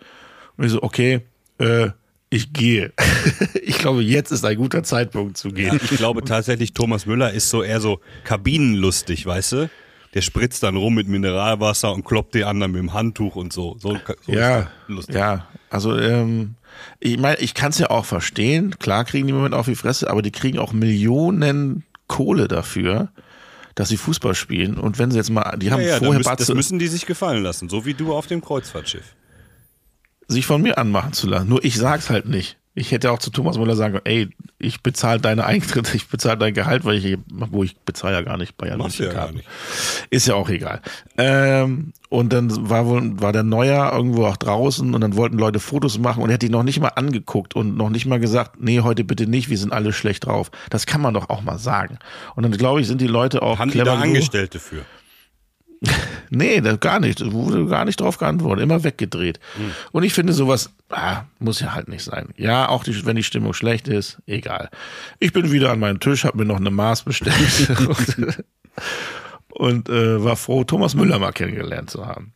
B: Und ich so, okay, äh, ich gehe. ich glaube, jetzt ist ein guter Zeitpunkt zu
C: Ja,
B: gehen.
C: ich glaube tatsächlich, Thomas Müller ist so eher so kabinenlustig, weißt du? Der spritzt dann rum mit Mineralwasser und kloppt die anderen mit dem Handtuch und so. So, so ist
B: Ja,
C: er lustig.
B: ja. Also ähm, ich meine, ich kann es ja auch verstehen. Klar kriegen die im Moment auf die Fresse, aber die kriegen auch Millionen Kohle dafür, dass sie Fußball spielen. Und wenn sie jetzt mal, die haben
C: Ja, ja, dann
B: vorher
C: müssen, das
B: Batze,
C: müssen die sich gefallen lassen, so wie du auf dem Kreuzfahrtschiff.
B: sich von mir anmachen zu lassen. Nur ich sag's halt nicht. Ich hätte auch zu Thomas Müller sagen können, ey, ich bezahle deine Eintritte, ich bezahle dein Gehalt, weil ich, wo ich bezahle ja gar nicht Bayern
C: Machst du ja gar nicht.
B: Ist ja auch egal. Ähm, und dann war wohl, war der Neuer irgendwo auch draußen und dann wollten Leute Fotos machen und er hat die noch nicht mal angeguckt und noch nicht mal gesagt, nee, heute bitte nicht, wir sind alle schlecht drauf. Das kann man doch auch mal sagen. Und dann glaube ich, sind die Leute auch
C: Haben die
B: clever
C: da
B: genug-
C: Angestellte für?
B: Nee, das gar nicht. Da wurde gar nicht drauf geantwortet. Immer weggedreht.
A: Hm.
B: Und ich finde sowas, ah, muss ja halt nicht sein. Ja, auch die, wenn die Stimmung schlecht ist, egal. Ich bin wieder an meinem Tisch, habe mir noch eine Maß bestellt und, und äh, war froh, Thomas Müller mal kennengelernt zu haben.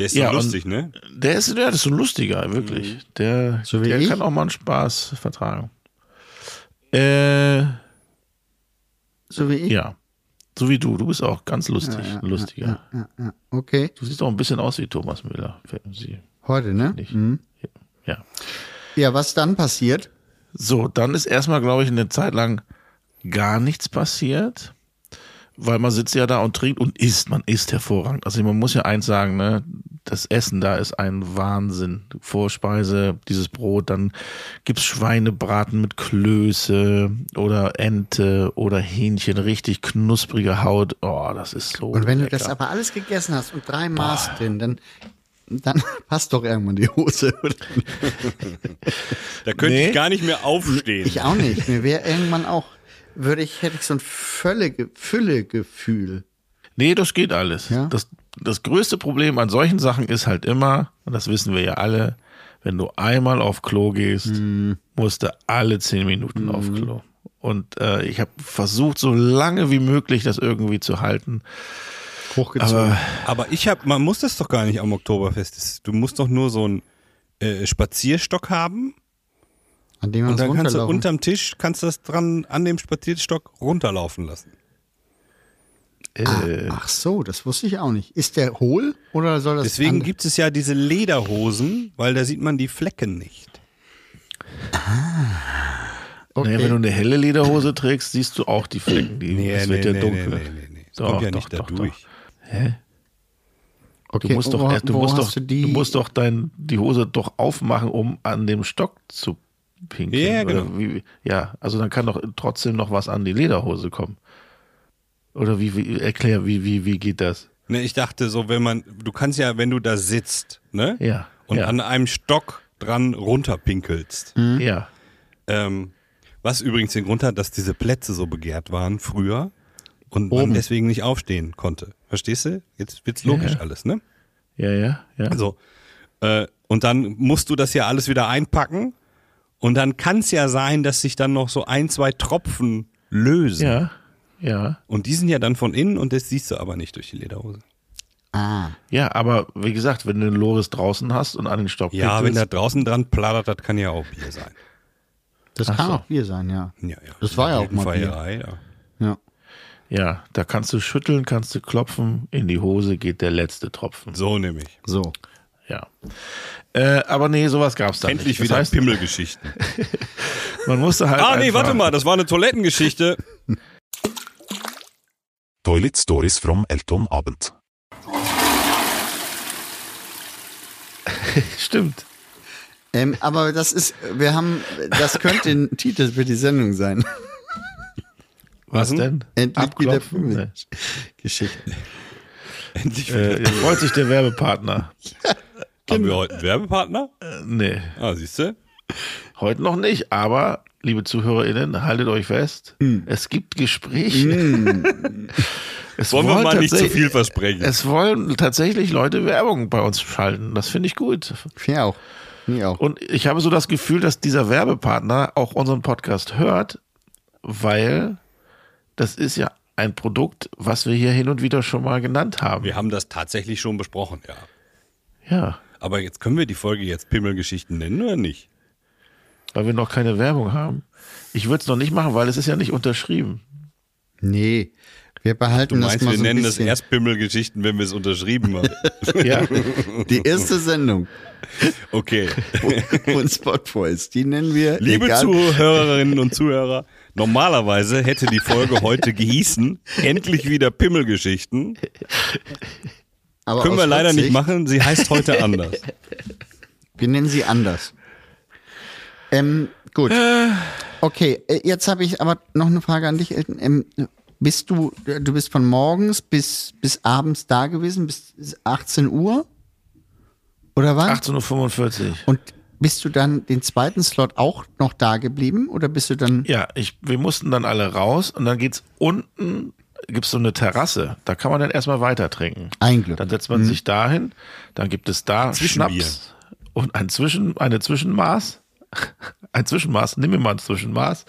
C: Der ist
B: Ja,
C: so lustig, ne?
B: Der ist, der ist so ein lustiger, wirklich. Der,
A: Mhm. So wie
B: der
A: ich?
B: kann auch mal einen Spaß vertragen. Äh,
A: So wie ich.
B: ja. So wie du. Du bist auch ganz lustig, lustiger.
A: Ja, ja. Okay.
B: Du siehst auch ein bisschen aus wie Thomas Müller. Sie.
A: Heute, ne? Mhm.
B: Ja.
A: Ja, was dann passiert?
B: So, dann ist erstmal, glaube ich, eine Zeit lang gar nichts passiert, weil man sitzt ja da und trinkt und isst. Man isst hervorragend. Also man muss ja eins sagen, ne? Das Essen da ist ein Wahnsinn. Vorspeise, dieses Brot, dann gibt's Schweinebraten mit Klöße oder Ente oder Hähnchen, richtig knusprige Haut. Oh, das ist so.
A: Und wenn du
B: lecker.
A: das aber alles gegessen hast und drei Maß drin, dann, dann passt doch irgendwann die Hose. Oder?
C: Da könnte
B: Nee.
C: ich gar nicht mehr aufstehen.
A: Ich auch nicht. Mir wäre irgendwann auch, würde ich, hätte ich so ein völlige Füllegefühl.
B: Nee, das geht alles.
A: Ja?
B: Das, das größte Problem an solchen Sachen ist halt immer, und das wissen wir ja alle, wenn du einmal auf Klo gehst,
A: Mhm.
B: musst du alle zehn Minuten auf Klo. Und äh, ich habe versucht, so lange wie möglich das irgendwie zu halten.
A: Hochgezogen.
C: Aber ich habe, man muss das doch gar nicht am Oktoberfest. Das- Du musst doch nur so einen äh, Spazierstock haben
A: an dem man
C: und
A: es
C: dann kannst du
A: runterlaufen.
C: unterm Tisch kannst du das dran an dem Spazierstock runterlaufen lassen.
A: Ah,
B: Äh,
A: Ach so, das wusste ich auch nicht. Ist der hohl oder soll das?
C: Deswegen
A: an-
C: gibt es ja diese Lederhosen, weil da sieht man die Flecken nicht.
A: okay.
B: naja, wenn du eine helle Lederhose trägst, siehst du auch die Flecken. Die, es wird ja dunkel.
C: Das kommt ja
B: Doch,
C: nicht
B: doch, doch,
C: dadurch.
B: doch.
A: okay.
B: Du musst
A: wo-
B: doch, erst- du
A: wo
B: musst
A: hast
B: doch,
A: du
B: du
A: die.
B: musst doch dein, die Hose doch aufmachen, um an dem Stock zu pinkeln.
C: Ja,
B: oder
C: genau.
B: Wie, ja, also dann kann doch trotzdem noch was an die Lederhose kommen. Oder wie, wie erklär, wie, wie, wie geht das?
C: Ne, ich dachte so, wenn man, du kannst ja, wenn du da sitzt, ne?
B: Ja,
C: Und
B: ja.
C: an einem Stock dran runterpinkelst.
B: Ja.
C: Ähm, was übrigens den Grund hat, dass diese Plätze so begehrt waren früher und man deswegen nicht aufstehen konnte. Verstehst du? Jetzt wird's logisch
B: ja.
C: alles, ne?
B: Ja, ja, ja.
C: Also, äh, und dann musst du das ja alles wieder einpacken und dann kann's ja sein, dass sich dann noch so ein, zwei Tropfen lösen.
B: ja, ja.
C: Und die sind ja dann von innen und das siehst du aber nicht durch die Lederhose.
A: ah,
B: Ja, aber wie gesagt, wenn du den Loris draußen hast und an den Stock
C: Ja, wenn
B: pinkelst,
C: da draußen dran plattert, das kann ja auch Bier sein.
A: das
B: Ach
A: kann
B: so.
A: auch Bier sein, ja.
C: Ja, ja.
A: Das war ja auch
C: Auf jeden
A: mal
C: Fall,
A: Bier.
C: Ja, ja.
A: Ja.
B: ja, da kannst du schütteln, kannst du klopfen, in die Hose geht der letzte Tropfen.
C: So nämlich.
A: So.
B: Ja. Äh, aber nee, sowas gab's da
C: Endlich
B: nicht.
C: wieder
B: Das heißt,
C: Pimmelgeschichten.
B: man musste halt
C: ah, nee,
B: einfach-
C: warte mal, das war eine Toilettengeschichte.
D: Toilet Stories from Elton Abend.
B: Stimmt.
A: Ähm, aber das ist, wir haben, das könnte ein Titel für die Sendung sein.
B: Was,
C: Was
B: denn?
A: Endlich wieder
B: Abklopfen?
A: Pimmel. Geschichte.
C: Endlich
B: Nee.
C: wieder.
B: Äh, freut sich der Werbepartner?
C: Haben wir heute einen Werbepartner?
B: Äh, Nee,
C: Ah, siehst du?
B: heute noch nicht, aber liebe ZuhörerInnen, haltet euch fest,
A: Hm.
B: es gibt Gespräche. es
C: Wollen wir
B: wollen
C: mal nicht zu
B: tatsächlich-
C: viel versprechen.
B: Es wollen tatsächlich Leute Werbung bei uns schalten. Das finde ich gut.
A: Ja auch. Mir auch.
B: Und ich habe so das Gefühl, dass dieser Werbepartner auch unseren Podcast hört, weil das ist ja ein Produkt, was wir hier hin und wieder schon mal genannt haben.
C: Wir haben das tatsächlich schon besprochen, ja.
B: ja.
C: Aber jetzt können wir die Folge jetzt Pimmelgeschichten nennen oder nicht?
B: Weil wir noch keine Werbung haben. Ich würde es noch nicht machen, weil es ist ja nicht unterschrieben.
A: Nee. Wir behalten
C: Du meinst,
A: das mal
C: wir
A: so ein
C: nennen das
A: bisschen.
C: erst Pimmelgeschichten, wenn wir es unterschrieben haben.
B: Ja,
A: die erste Sendung
C: Okay.
A: von Spotboys. Die nennen wir.
C: Liebe
A: egal,
C: Zuhörerinnen und Zuhörer, normalerweise hätte die Folge heute gehießen, endlich wieder Pimmelgeschichten.
A: aber
C: Können
A: aus
C: wir leider
A: Rücksicht,
C: nicht machen, sie heißt heute anders.
A: Wir nennen sie anders. Ähm, gut.
C: Äh.
A: Okay, äh, jetzt habe ich aber noch eine Frage an dich, Elton. Ähm, bist du, äh, du bist von morgens bis, bis abends da gewesen, bis 18 Uhr? Oder wann?
B: 18.45 Uhr.
A: Und bist du dann den zweiten Slot auch noch da geblieben? Oder bist du dann.
B: Ja, ich, wir mussten dann alle raus und dann geht's unten, gibt's so eine Terrasse. Da kann man dann erstmal weiter trinken.
A: Ein Glück. Mhm.
B: Dann setzt man sich dahin, dann gibt es da
C: Zwischenbier.
B: Schnaps und ein Zwischen, eine Zwischenmaß. Ein Zwischenmaß, nimm mir mal ein Zwischenmaß.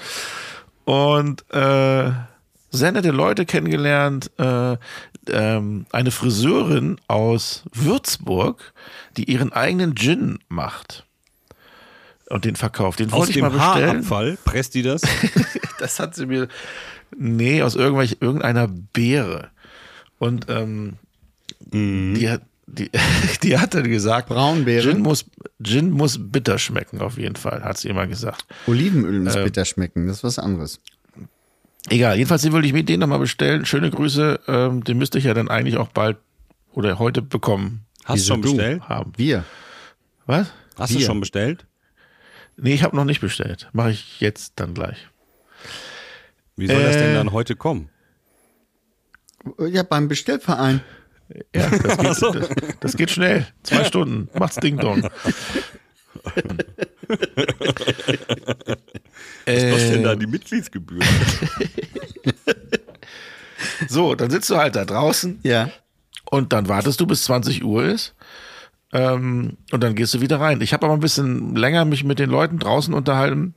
B: Und äh, sehr nette Leute kennengelernt. Äh, ähm, eine Friseurin aus Würzburg, die ihren eigenen Gin macht. Und den verkauft. Den
C: Aus
B: wollte ich mal
C: dem
B: bestellen.
C: Haarabfall presst die das.
B: Das hat sie mir. Nee, aus irgendwelch, irgendeiner Beere. Und ähm, die, hat, die, die hat dann gesagt:
A: Braunbeere?
B: Gin muss, Gin muss bitter schmecken, auf jeden Fall, hat sie immer gesagt.
A: Olivenöl muss
B: Ähm.
A: bitter schmecken, das ist was anderes.
B: Egal, jedenfalls den würde ich mit denen nochmal bestellen. Schöne Grüße. Ähm, den müsste ich ja dann eigentlich auch bald oder heute bekommen
C: Hast du schon
A: Wieso du?
C: bestellt?
B: haben.
A: Wir.
B: Was?
C: Hast du
A: Bier.
C: schon bestellt?
B: Nee, ich habe noch nicht bestellt. Mache ich jetzt dann gleich.
C: Wie soll das denn
B: Äh.
C: dann heute kommen?
A: Ja, beim Bestellverein.
B: Ja, das geht, das, das geht schnell. Zwei Stunden. Macht's Ding Dong.
C: Was
B: äh,
C: denn da die Mitgliedsgebühr?
B: so, dann sitzt du halt da draußen
A: Ja.
B: und dann wartest du bis 20 Uhr ist ähm, und dann gehst du wieder rein. Ich habe aber ein bisschen länger mich mit den Leuten draußen unterhalten,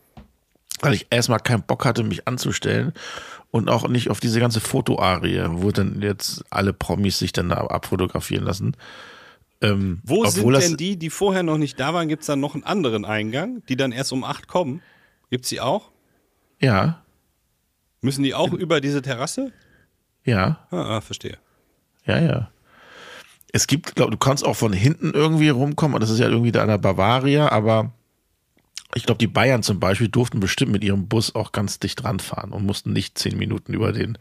B: weil ich erstmal keinen Bock hatte, mich anzustellen und auch nicht auf diese ganze Fotoarie, wo dann jetzt alle Promis sich dann da abfotografieren lassen. Ähm,
C: Wo
B: obwohl
C: sind
B: das-
C: denn die, die vorher noch nicht da waren? Gibt es dann noch einen anderen Eingang, die dann erst um 8 kommen? Gibt es die auch?
B: Ja,
C: Müssen die auch über diese Terrasse?
B: ja.
C: Ah, ah verstehe.
B: Ja, ja. Es gibt, glaube du kannst auch von hinten irgendwie rumkommen, und das ist ja irgendwie da an der Bavaria, aber ich glaube, die Bayern zum Beispiel durften bestimmt mit ihrem Bus auch ganz dicht ranfahren und mussten nicht zehn Minuten über den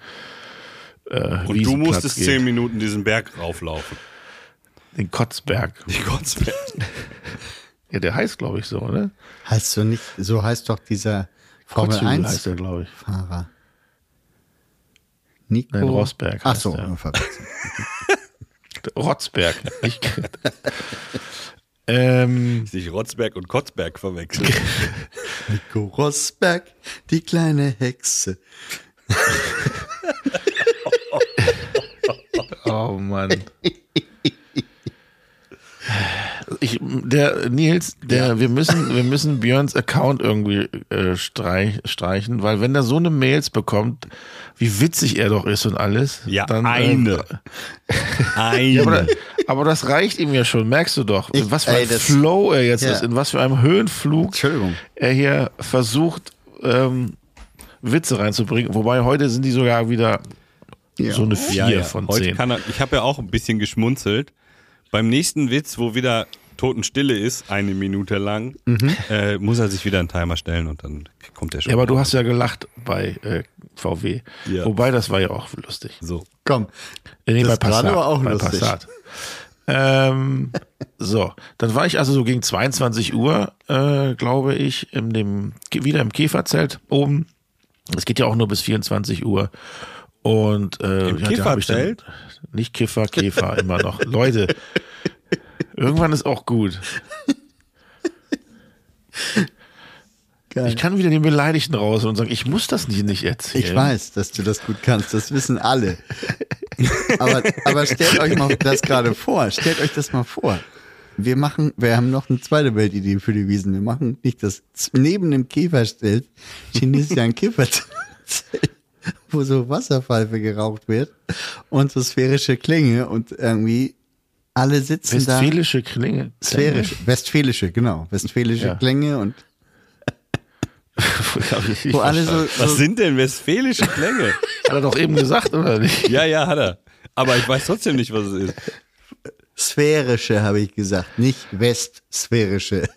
B: äh,
C: Und du
B: Wiesenplatz
C: musstest
B: gehen,
C: zehn Minuten diesen Berg rauflaufen.
B: den Kotzberg.
C: Die Gottesberg.
B: Ja, der heißt, glaube ich, so, ne?
A: Heißt so nicht, so heißt doch dieser Formel
B: Kotzhügel heißt
A: 1
B: der, glaube ich.
A: Fahrer. Nico
B: Nein, Rosberg
A: Ach
B: heißt
A: so,
B: der.
A: verwechselt.
B: Rotzberg. Ich, ähm,
C: Sich Rotzberg und Kotzberg verwechseln.
A: Nico Rosberg, die kleine Hexe.
B: Oh Mann. Ich, der Nils, der, wir müssen, wir müssen Björns Account irgendwie äh, streich, streichen, weil wenn er so eine Mails bekommt, wie witzig er doch ist und alles,
C: Ja,
B: dann äh,
C: eine. Eine.
B: aber, aber das reicht ihm ja schon, merkst du doch, in
A: Ich-
B: was für
A: ey,
B: ein
A: das-
B: Flow er jetzt
A: Ja.
B: ist, in was für einem Höhenflug
A: Entschuldigung.
B: er hier versucht, ähm, Witze reinzubringen. Wobei heute sind die sogar wieder
A: Ja.
B: so eine 4
C: ja, ja.
B: von
C: Heute
B: 10.
C: kann er, ich habe ja auch ein bisschen geschmunzelt. Beim nächsten Witz, wo wieder Totenstille ist, eine Minute lang, äh, muss er sich wieder einen Timer stellen und dann kommt er schon.
B: Ja, aber du hast ja gelacht bei äh, VW.
C: Ja.
B: Wobei, das war ja auch lustig.
C: so.
A: Komm.
B: Nee,
A: Das gerade war auch
B: bei
A: lustig.
B: Passat. Ähm, so, dann war ich also so gegen 22 Uhr, äh, glaube ich, in dem, wieder im Käferzelt oben. Es geht ja auch nur bis 24 Uhr. Und äh,
C: Im
B: ja, da hab ich dann-
C: Käferzelt?
B: Nicht Kiffer, Käfer, immer noch. Leute, irgendwann ist auch gut. Ich
A: Geil.
B: kann wieder den Beleidigten raus und sagen, ich muss das nicht, nicht erzählen.
A: Ich weiß, dass du das gut kannst, das wissen alle. aber, aber stellt euch mal das gerade vor, stellt euch das mal vor. Wir machen, wir haben noch eine zweite Weltidee für die Wiesen. Wir machen nicht das neben dem Käferzelt, chinesisch ein Käferzelt, wo so Wasserpfeife geraucht wird und so sphärische Klänge und irgendwie alle sitzen da.
B: Westfälische Klinge.
A: Sphärisch, westfälische, genau, westfälische
B: Ja.
A: Klänge und
B: Wo
A: wo alle so,
C: Was
A: so
C: sind denn westfälische Klänge?
B: Hat er doch eben gesagt, oder nicht?
C: ja, ja, hat er. Aber ich weiß trotzdem nicht, was es ist.
A: sphärische habe ich gesagt, nicht westsphärische.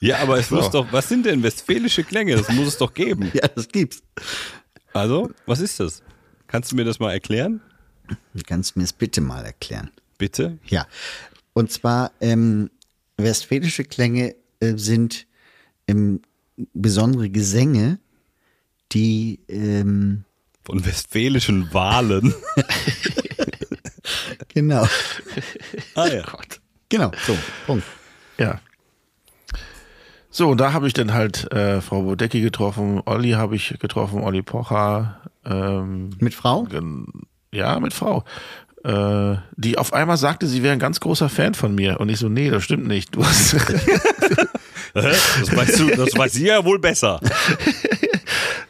C: Ja, aber es muss
B: So.
C: doch, was sind denn westfälische Klänge? Das muss es doch geben.
A: Ja, das gibt's.
C: Also, was ist das? Kannst du mir das mal erklären?
A: Du kannst mir das bitte mal erklären.
C: Bitte?
A: Ja. Und zwar, ähm, westfälische Klänge äh, sind ähm, besondere Gesänge, die ähm,
C: Von westfälischen Wahlen.
A: genau,
C: ah ja.
A: genau, so, Punkt.
B: Ja. So, da habe ich dann halt äh, Frau Bodecki getroffen, Olli habe ich getroffen, Olli Pocher, ähm,
A: Mit Frau?
B: gen- ja, mit Frau. Äh, die auf einmal sagte, sie wäre ein ganz großer Fan von mir. Und ich so, nee, das stimmt nicht. Du hast,
C: Das weißt du, das weiß sie ja wohl besser.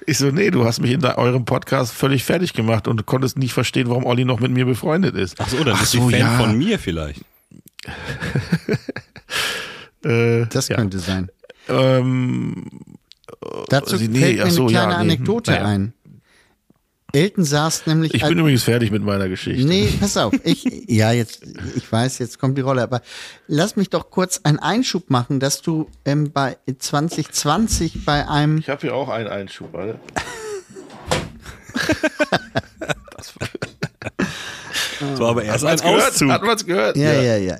B: ich so, nee, du hast mich in de- eurem Podcast völlig fertig gemacht und konntest nicht verstehen, warum Olli noch mit mir befreundet ist.
C: Ach so, dann ist sie
B: so,
C: Fan
B: ja.
C: von mir vielleicht.
B: Äh,
A: Das
B: ja.
A: könnte sein.
B: Ähm,
A: Dazu
B: Sie- nee,
A: fällt mir
B: ach so,
A: eine kleine
B: ja, nee, hm,
A: Anekdote
B: naja.
A: ein. Elton saß nämlich.
C: Äh,
B: ich bin übrigens fertig mit meiner Geschichte.
A: nee, pass auf. Ich, ja, jetzt, ich weiß, jetzt kommt die Rolle, aber lass mich doch kurz einen Einschub machen, dass du ähm, bei 2020 bei einem
B: Ich habe hier auch einen Einschub, Alter.
C: Das war aber erst ein
B: Gehört?
C: Auszug.
B: Hat man's gehört?
A: Ja, ja, ja.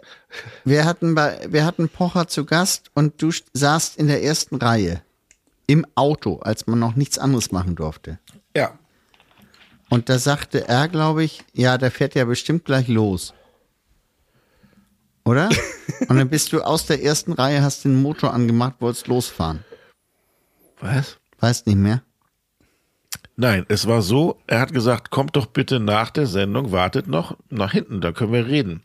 A: Wir hatten, bei, wir hatten Pocher zu Gast und du st- saßt in der ersten Reihe im Auto, als man noch nichts anderes machen durfte.
B: Ja.
A: Und da sagte er, glaube ich, ja, der fährt ja bestimmt gleich los. Oder? und dann bist du aus der ersten Reihe, hast den Motor angemacht, wolltest losfahren.
B: Was?
A: Weiß nicht mehr.
B: Nein, es war so, er hat gesagt, kommt doch bitte nach der Sendung, wartet noch nach hinten, da können wir reden.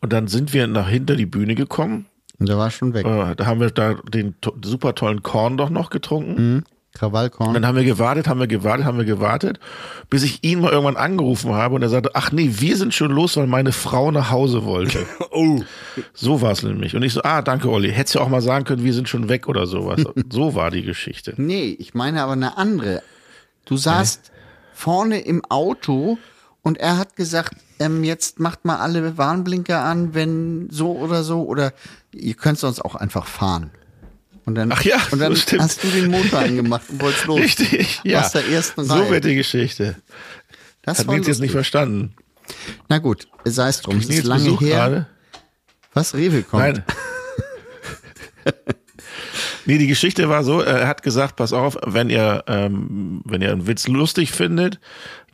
B: Und dann sind wir nach hinter die Bühne gekommen,
A: Und der war schon weg.
B: äh, da haben wir da den to super tollen Korn doch noch getrunken.
A: Hm? Krawallkorn.
B: Dann haben wir gewartet, haben wir gewartet, haben wir gewartet, bis ich ihn mal irgendwann angerufen habe und er sagte, ach nee, wir sind schon los, weil meine Frau nach Hause wollte.
C: Oh,
B: so war es nämlich. Und ich so, ah, danke Olli, hättest ja auch mal sagen können, wir sind schon weg oder sowas. so war die Geschichte.
A: Nee, ich meine aber eine andere. Du saßt vorne im Auto und er hat gesagt, ähm, jetzt macht mal alle Warnblinker an, wenn so oder so oder ihr könnt sonst auch einfach fahren. Und dann,
B: Ach ja,
A: und dann
B: das stimmt.
A: hast du den Motor angemacht und wolltest los.
B: Richtig, ja.
A: Aus der ersten
B: so
A: Reihe.
B: wird die Geschichte.
A: das
B: Hat
A: war
B: Nils jetzt nicht
A: lustig.
B: verstanden.
A: Na gut, sei es drum, es ist
B: Nils
A: lange
B: Besuch
A: her.
B: gerade.
A: Was Rewe kommt.
B: Nein. nee, die Geschichte war so, er hat gesagt, pass auf, wenn ihr, ähm, wenn ihr einen Witz lustig findet,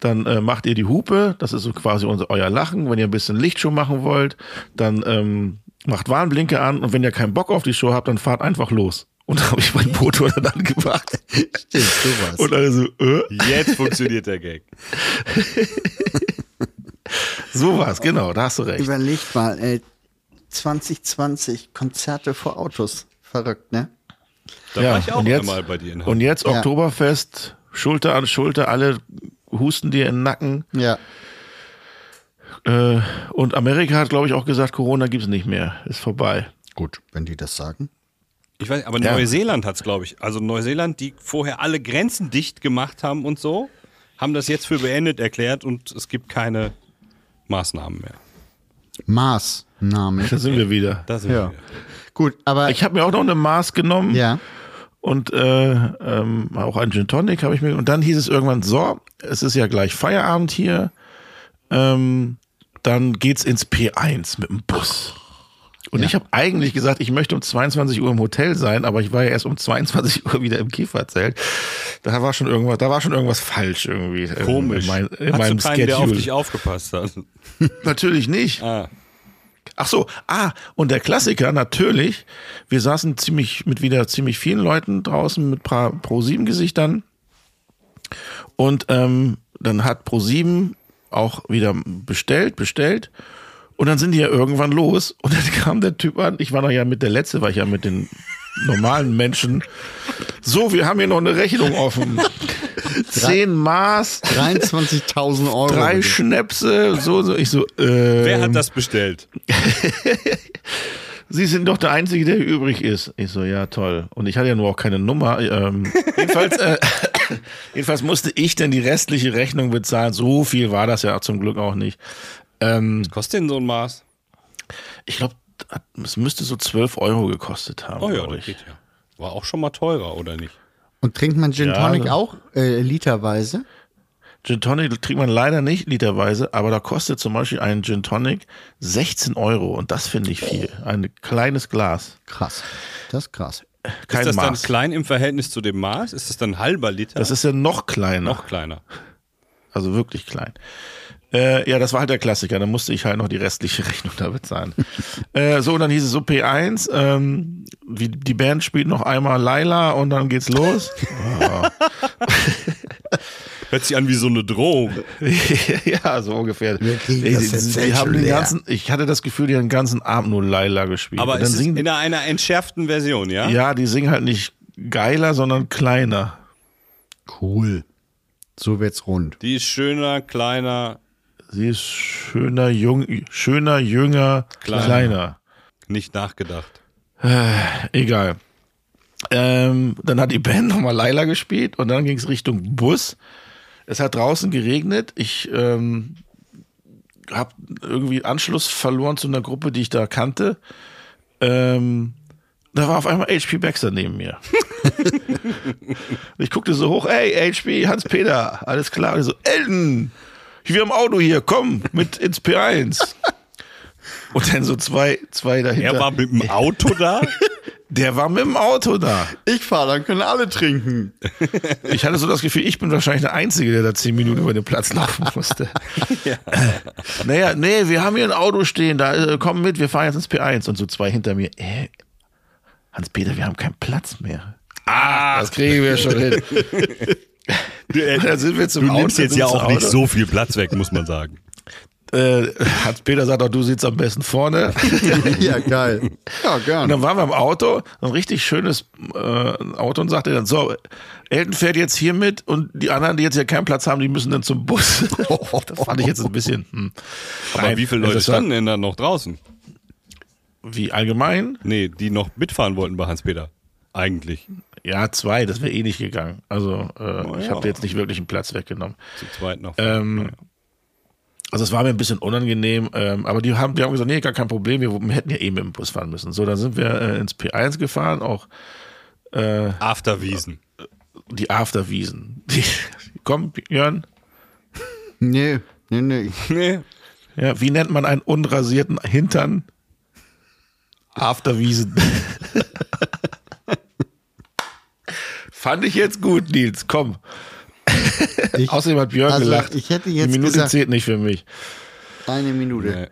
B: dann äh, macht ihr die Hupe, das ist so quasi unser, euer Lachen. Wenn ihr ein bisschen Lichtshow machen wollt, dann ähm, macht Warnblinke an und wenn ihr keinen Bock auf die Show habt, dann fahrt einfach los. Und da habe ich meinen Motor dann angemacht.
A: Stimmt, sowas.
B: Und alle so, äh?
C: jetzt funktioniert der Gag.
B: so war's, genau, da hast du recht.
A: Überleg mal, ey, 2020 Konzerte vor Autos. Verrückt, ne?
C: Da war ich auch einmal bei dir in
B: Und
C: Hamburg.
B: jetzt
A: Ja.
B: Oktoberfest, Schulter an Schulter, alle husten dir in den Nacken.
A: Ja.
B: Äh, und Amerika hat, glaube ich, auch gesagt, Corona gibt's nicht mehr, ist vorbei.
A: Gut, wenn die das sagen.
C: Ich weiß, aber
B: Ja.
C: Neuseeland hat's, glaube ich. Also Neuseeland, die vorher alle Grenzen dicht gemacht haben und so, haben das jetzt für beendet erklärt und es gibt keine Maßnahmen mehr.
A: Maßnahme.
B: Da sind wir wieder.
C: Das ist
A: Ja. Gut, aber
B: Ich habe mir auch noch eine Maß genommen
A: ja,
B: und äh, ähm, auch einen Gin Tonic habe ich mir. Und dann hieß es irgendwann so, es ist ja gleich Feierabend hier. Ähm, dann geht's ins P1 mit dem Bus. Und ich habe eigentlich gesagt, ich möchte um 22 Uhr im Hotel sein, aber ich war ja erst um 22 Uhr wieder im Käferzelt. Da war schon irgendwas, da war schon irgendwas falsch irgendwie. ähm,
C: Komisch.
B: In, mein, in
C: Hast
B: meinem
C: du keinen, der auf dich
B: Schedule.
C: aufgepasst hat?
B: Natürlich nicht.
C: Ah,
B: Ach so, ah, und der Klassiker natürlich. Wir saßen ziemlich mit wieder ziemlich vielen Leuten draußen mit Pro7 Gesichtern. Und ähm, dann hat Pro7 auch wieder bestellt, bestellt. Und dann sind die ja irgendwann los. Und dann kam der Typ an. Ich war noch ja mit der Letzte, war ich ja mit den normalen Menschen. So, wir haben hier noch eine Rechnung offen. Zehn Maß,
A: 23.000 Euro.
B: drei Schnäpse, so, so. Ich so, äh.
C: wer hat das bestellt?
B: hm. Sie sind doch der Einzige, der hier übrig ist. Ich so, ja, toll. Und ich hatte ja nur auch keine Nummer. Ähm, jedenfalls, äh, jedenfalls musste ich denn die restliche Rechnung bezahlen. So viel war das ja zum Glück auch nicht. Ähm,
C: Was kostet denn so ein Maß?
B: ich glaube, es müsste so 12 Euro gekostet haben.
C: Oh ja,
B: glaub
C: das
B: ich.
C: geht ja. War auch schon mal teurer, oder nicht?
A: Und trinkt man Gin
B: Ja,
A: Tonic
B: ne.
A: auch äh, literweise?
B: Gin Tonic trinkt man leider nicht literweise, aber da kostet zum Beispiel ein Gin Tonic 16 Euro. Und das finde ich viel. Ein kleines Glas.
A: Krass. Das ist krass.
B: kein
C: ist das dann
B: Maß.
C: klein im Verhältnis zu dem Maß? Ist das dann ein halber Liter?
B: das ist ja noch kleiner.
C: noch kleiner.
B: Also wirklich klein. Äh, ja, das war halt der Klassiker. Dann musste ich halt noch die restliche Rechnung da bezahlen. äh, so, und dann hieß es so P1. Ähm, wie, die Band spielt noch einmal Laila und dann geht's los.
C: Hört sich an wie so eine Drohung.
B: ja, so ungefähr.
A: Wir kriegen
B: Ey,
A: das
B: die-
A: jetzt
B: die
A: selbst
B: haben
A: schon
B: den
A: leer.
B: ganzen, ich hatte das Gefühl, die haben den ganzen Abend nur Laila gespielt.
C: Aber
B: Und
C: es
B: dann
C: ist
B: singen,
C: in einer entschärften Version, ja?
B: ja, die singen halt nicht geiler, sondern kleiner.
A: Cool. So wird's rund.
C: Die ist schöner, kleiner,
B: Sie ist schöner, jung, schöner, jünger,
C: Kleiner.
B: kleiner.
C: nicht nachgedacht.
B: Egal. Ähm, dann hat die Band nochmal Laila gespielt und dann ging es Richtung Bus. Es hat draußen geregnet. Ich ähm, habe irgendwie Anschluss verloren zu einer Gruppe, die ich da kannte. Ähm, da war auf einmal HP Baxter neben mir. Und ich guckte so hoch, ey, HP, Hans-Peter, alles klar. Und ich so, Elton, wir haben Auto hier, komm, mit ins P1. Und dann so zwei, zwei dahinter.
C: Er war mit dem Auto da?
B: Der war mit dem Auto da.
A: Ich fahre, dann können alle trinken.
B: Ich hatte so das Gefühl, ich bin wahrscheinlich der Einzige, der da zehn Minuten über den Platz laufen musste. Naja, nee, wir haben hier ein Auto stehen, da äh, komm mit, wir fahren jetzt ins P1. Und so zwei hinter mir, äh, Hans-Peter, wir haben keinen Platz mehr. Ah, das kriegen wir schon hin.
C: Du,
B: Dann sind wir zum Auto.
C: nimmst jetzt
B: sind
C: ja
B: zum
C: auch nicht
B: Auto.
C: so viel Platz weg, muss man sagen.
B: Äh, Hans-Peter sagt auch, du sitzt am besten vorne.
A: ja, geil. Ja,
B: Und
A: gerne.
B: dann waren wir im Auto, ein richtig schönes äh, Auto und sagte dann so, Elton fährt jetzt hier mit und die anderen, die jetzt hier keinen Platz haben, die müssen dann zum Bus. das fand ich jetzt ein bisschen. Hm.
C: Aber
B: Nein,
C: wie viele
B: also
C: Leute
B: das war-
C: standen denn dann noch draußen?
B: Wie allgemein?
C: Nee, die noch mitfahren wollten bei Hans-Peter. Eigentlich.
B: Ja, zwei, das wäre eh nicht gegangen. Also äh, ich
C: ja.
B: habe jetzt nicht wirklich einen Platz weggenommen.
C: Zum zweiten noch.
B: Ähm, also es war mir ein bisschen unangenehm, ähm, aber die haben, die haben gesagt, nee, gar kein Problem, wir, wir hätten ja eh mit dem Bus fahren müssen. So, dann sind wir äh, ins P1 gefahren, auch
C: Afterwiesen.
B: die Afterwiesen. Die, komm, Jörn,
A: Nee, nee, nee.
C: Nee.
B: Ja, wie nennt man einen unrasierten Hintern? Afterwiesen. Fand ich jetzt gut, Nils. Komm.
A: Ich,
B: Außerdem hat Björn
A: Also,
B: gelacht.
A: ich hätte
B: Die
A: jetzt
B: Minute
A: gesagt-
B: zählt nicht für mich.
A: eine Minute.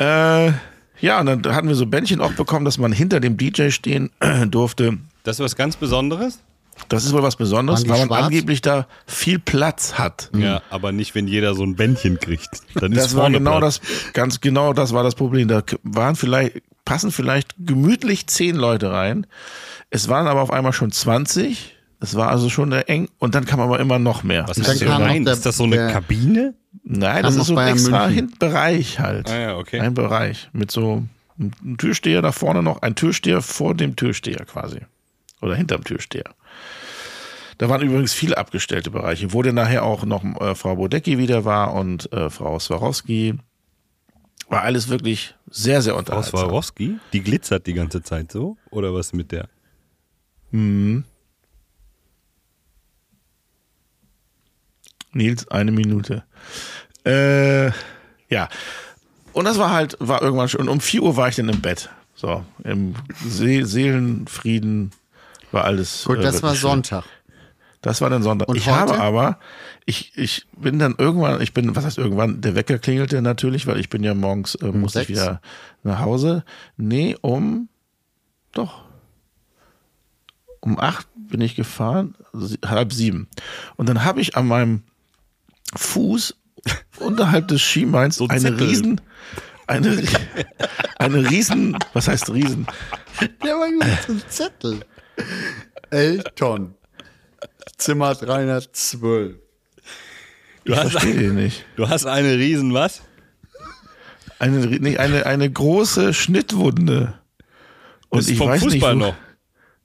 C: nee.
B: Äh, ja, und dann hatten wir so Bändchen auch bekommen, dass man hinter dem DJ stehen durfte.
C: Das ist was ganz Besonderes?
B: Das ist wohl was Besonderes,
A: Waren die
B: weil man
A: schwarz?
B: angeblich da viel Platz hat.
C: Ja, aber nicht, wenn jeder so ein Bändchen kriegt. Dann
B: Mhm.
C: ist
B: Das war
C: vorne
B: genau
C: Platz.
B: das, ganz genau das war das Problem. Da k- waren vielleicht, passen vielleicht gemütlich zehn Leute rein. Es waren aber auf einmal schon 20. Es war also schon sehr eng und dann kam aber immer noch mehr.
C: Was
A: Dann
C: ist denn
A: kam noch
C: rein?
A: der-
C: Ist das so eine
A: der-
C: Kabine?
B: Nein, das
A: Kam
B: ist so
A: noch
B: ein
A: Bayern
B: extra
A: München.
B: Hin- Bereich halt.
C: Ah ja, okay.
B: Ein Bereich mit so einem Türsteher da vorne noch, ein Türsteher vor dem Türsteher quasi. Oder hinterm Türsteher. Da waren übrigens viele abgestellte Bereiche, wo dann nachher auch noch äh, Frau Bodecki wieder war und äh, Frau Swarovski. War alles wirklich sehr, sehr
C: Aus
B: unterhaltsam.
C: Warowski? Die glitzert die ganze Zeit so? Oder was mit der?
B: Nils, eine Minute. Äh, ja. Und das war halt, war irgendwann schon. Und um 4 Uhr war ich dann im Bett. So, im See Seelenfrieden war alles.
A: Gut,
B: äh,
A: das
B: wirklich
A: war
B: schön.
A: Sonntag.
B: Das war dann Sonntag.
A: Und
B: ich
A: heute?
B: habe aber, ich, ich bin dann irgendwann, ich bin, was heißt irgendwann, der Wecker klingelte natürlich, weil ich bin ja morgens, äh,
C: Um
B: muss ich
A: sechs?
B: wieder nach Hause. Nee, um, doch. Um acht bin ich gefahren, sie- halb sieben. Und dann habe ich an meinem Fuß unterhalb des Schienbeins
C: So ein
B: eine
C: Zettel.
B: riesen, eine, eine riesen, was heißt riesen?
A: Ja, mein Gott, so ein Zettel. Elton. Zimmer 312.
C: Du hast,
B: Verstehe ich nicht.
C: du hast eine riesen was?
B: Eine, nee, eine, eine große Schnittwunde. Und
C: Das ist
B: ich
C: vom
B: weiß
C: Fußball
B: nicht, wo-
C: noch.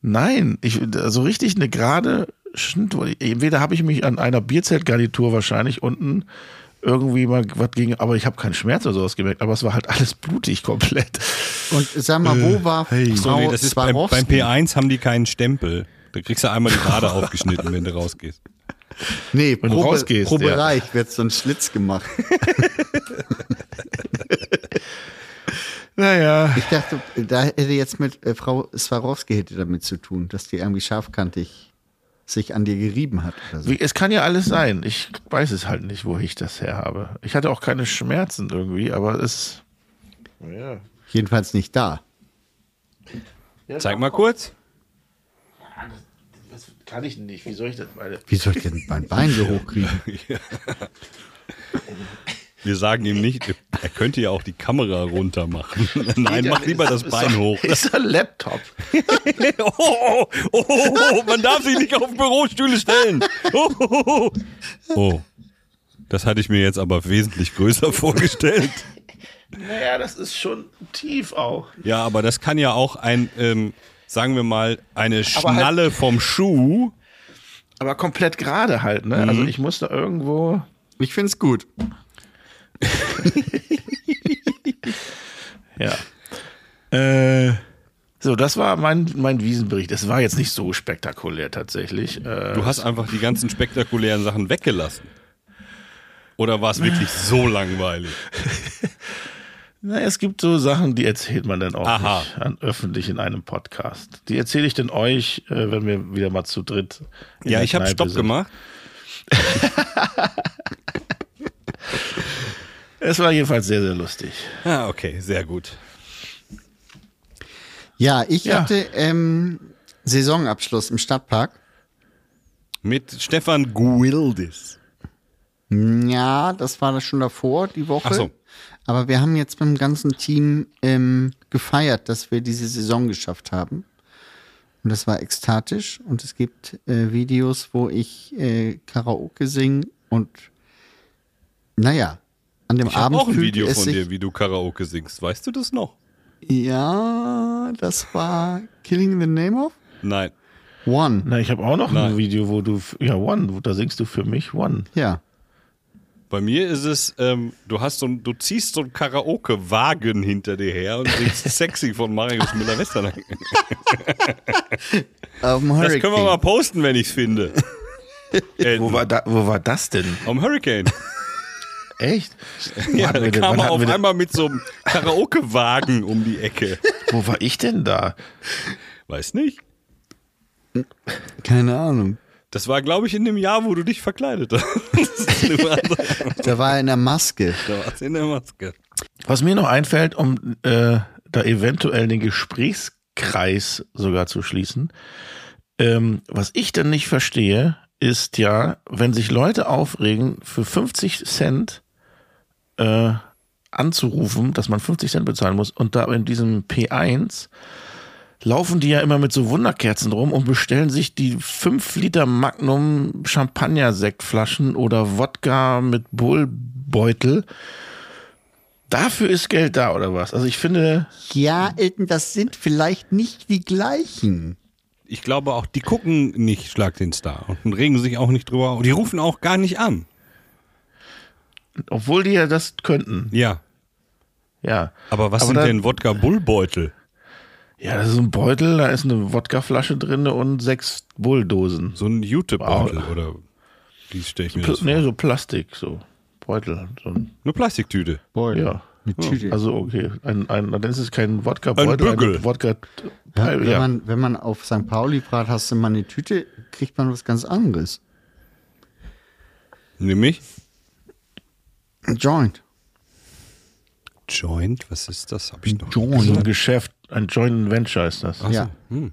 B: Nein, ich, also richtig eine gerade Schnittwunde. Entweder habe ich mich an einer Bierzeltgarnitur wahrscheinlich unten irgendwie mal was gegen, aber ich habe keinen Schmerz oder sowas gemerkt, aber es war halt alles blutig komplett.
A: Und sag mal, wo war
C: So,
A: Frau
C: nee, das ist beim,
A: Swarovski?
C: beim P1 haben die keinen Stempel. Da kriegst du einmal die Gerade aufgeschnitten, wenn du rausgehst.
A: nee,
B: du
A: pro, Be-
B: rausgehst,
A: pro
B: ja.
A: Bereich wird so ein Schlitz gemacht.
B: Naja.
A: Ich dachte, da hätte jetzt mit äh, Frau Swarovski hätte damit zu tun, dass die irgendwie scharfkantig sich an dir gerieben hat oder so.
B: Wie, es kann ja alles sein. Ich weiß es halt nicht, wo ich das her habe. Ich hatte auch keine Schmerzen irgendwie, aber es. Ja.
A: Jedenfalls nicht da.
C: Zeig mal kurz.
B: Das kann ich nicht. Wie soll ich das meine?
A: Wie soll ich denn mein Bein so hochkriegen?
C: Wir sagen ihm nicht, er könnte ja auch die Kamera runter machen. Nein, mach lieber das Bein hoch.
B: Ist ein Laptop.
C: Oh, oh, oh, oh, oh, man darf sich nicht auf Bürostühle stellen. Oh, oh, oh. oh, das hatte ich mir jetzt aber wesentlich größer vorgestellt.
B: Naja, das ist schon tief auch.
C: Ja, aber das kann ja auch ein, ähm, sagen wir mal, eine Schnalle vom Schuh.
B: Aber komplett gerade halt, ne? Also ich muss da irgendwo.
A: Ich finde es gut.
B: Ja. Äh, so, das war mein, mein Wiesenbericht. Es war jetzt nicht so spektakulär tatsächlich. Äh,
C: Du hast einfach die ganzen spektakulären Sachen weggelassen. Oder war es wirklich so langweilig?
B: na, es gibt so Sachen, die erzählt man dann auch
C: Aha.
B: nicht an, öffentlich in einem Podcast. Die erzähle ich dann euch, äh, wenn wir wieder mal zu dritt. in
C: Ja,
B: der
C: ich habe
B: Kneipe
C: Stopp
B: sind.
C: gemacht.
B: Es war jedenfalls sehr, sehr lustig.
C: Ah, okay, sehr gut.
A: Ja, ich
B: Ja.
A: hatte ähm, Saisonabschluss im Stadtpark.
C: Mit Stefan Guildis.
A: Ja, das war das schon davor, die Woche.
C: Ach so.
A: Aber wir haben jetzt mit dem ganzen Team ähm, gefeiert, dass wir diese Saison geschafft haben. Und das war ekstatisch. Und es gibt äh, Videos, wo ich äh, Karaoke singe und naja, an dem
C: Ich habe
A: Abend.
C: auch ein
A: fühlte
C: Video
A: es
C: von
A: sich,
C: dir, wie du Karaoke singst. Weißt du das noch?
A: Ja, das war Killing the Name of
C: Nein.
A: One.
B: Na, ich habe auch noch
C: Nein.
B: ein Video, wo du, f- ja, One, wo- da singst du für mich One.
A: Ja.
C: Bei mir ist es, ähm, du hast so, ein- du ziehst so einen Karaoke-Wagen hinter dir her und singst sexy von Marius Müller-Westernhagen.
A: Auf dem
C: Das können wir
A: Hurricane.
C: mal posten, wenn ich's finde. Äh,
B: Wo war, da, wo war das denn?
C: am Hurricane.
B: Echt?
C: Ja, da kam er auf
B: wir denn,
C: einmal mit so einem Karaoke-Wagen um die Ecke.
B: wo war ich denn da?
C: Weiß nicht.
A: Keine Ahnung.
C: Das war, glaube ich, in dem Jahr, wo du dich verkleidet hast. Das ist immer so.
A: Da war er in der Maske.
C: da war's in der Maske.
B: Was mir noch einfällt, um äh, da eventuell den Gesprächskreis sogar zu schließen, ähm, was ich dann nicht verstehe, ist ja, wenn sich Leute aufregen, für 50 Cent äh, anzurufen, dass man 50 Cent bezahlen muss, und da in diesem P1 laufen die ja immer mit so Wunderkerzen rum und bestellen sich die 5 Liter Magnum Champagner-Sektflaschen oder Wodka mit Bullbeutel. Dafür ist Geld da, oder was? Also ich finde,
A: Ja, Elton, das sind vielleicht nicht die gleichen.
C: Ich glaube auch, die gucken nicht Schlag den Star und regen sich auch nicht drüber. auf. Die rufen auch gar nicht an.
B: obwohl die ja das könnten,
C: Ja.
B: ja.
C: Aber was sind
B: da-
C: denn Wodka-Bullbeutel?
B: Ja, das ist ein Beutel, da ist eine Wodkaflasche drin und sechs Bulldosen. So,
C: So ein Jutebeutel oder wie stelle ich mir das
B: Pl
C: vor?
B: nee, so Plastik, so Beutel. So ein,
C: Eine Plastiktüte.
A: Boy,
B: ja.
A: Eine Tüte.
B: Ja, Also okay, ein, ein, dann ist es kein Wodka-Beutel,
C: Ein Bügel.
B: Wodka... äh, Ja,
A: Also, wenn, man, wenn man auf St. Pauli fragt, hast du mal eine Tüte, kriegt man was ganz anderes.
C: Nämlich
A: Ein Joint.
C: Joint. Was ist das? Hab ich noch.
B: so ein Geschäft, ein Joint Venture ist das.
A: Ja.
B: Hm,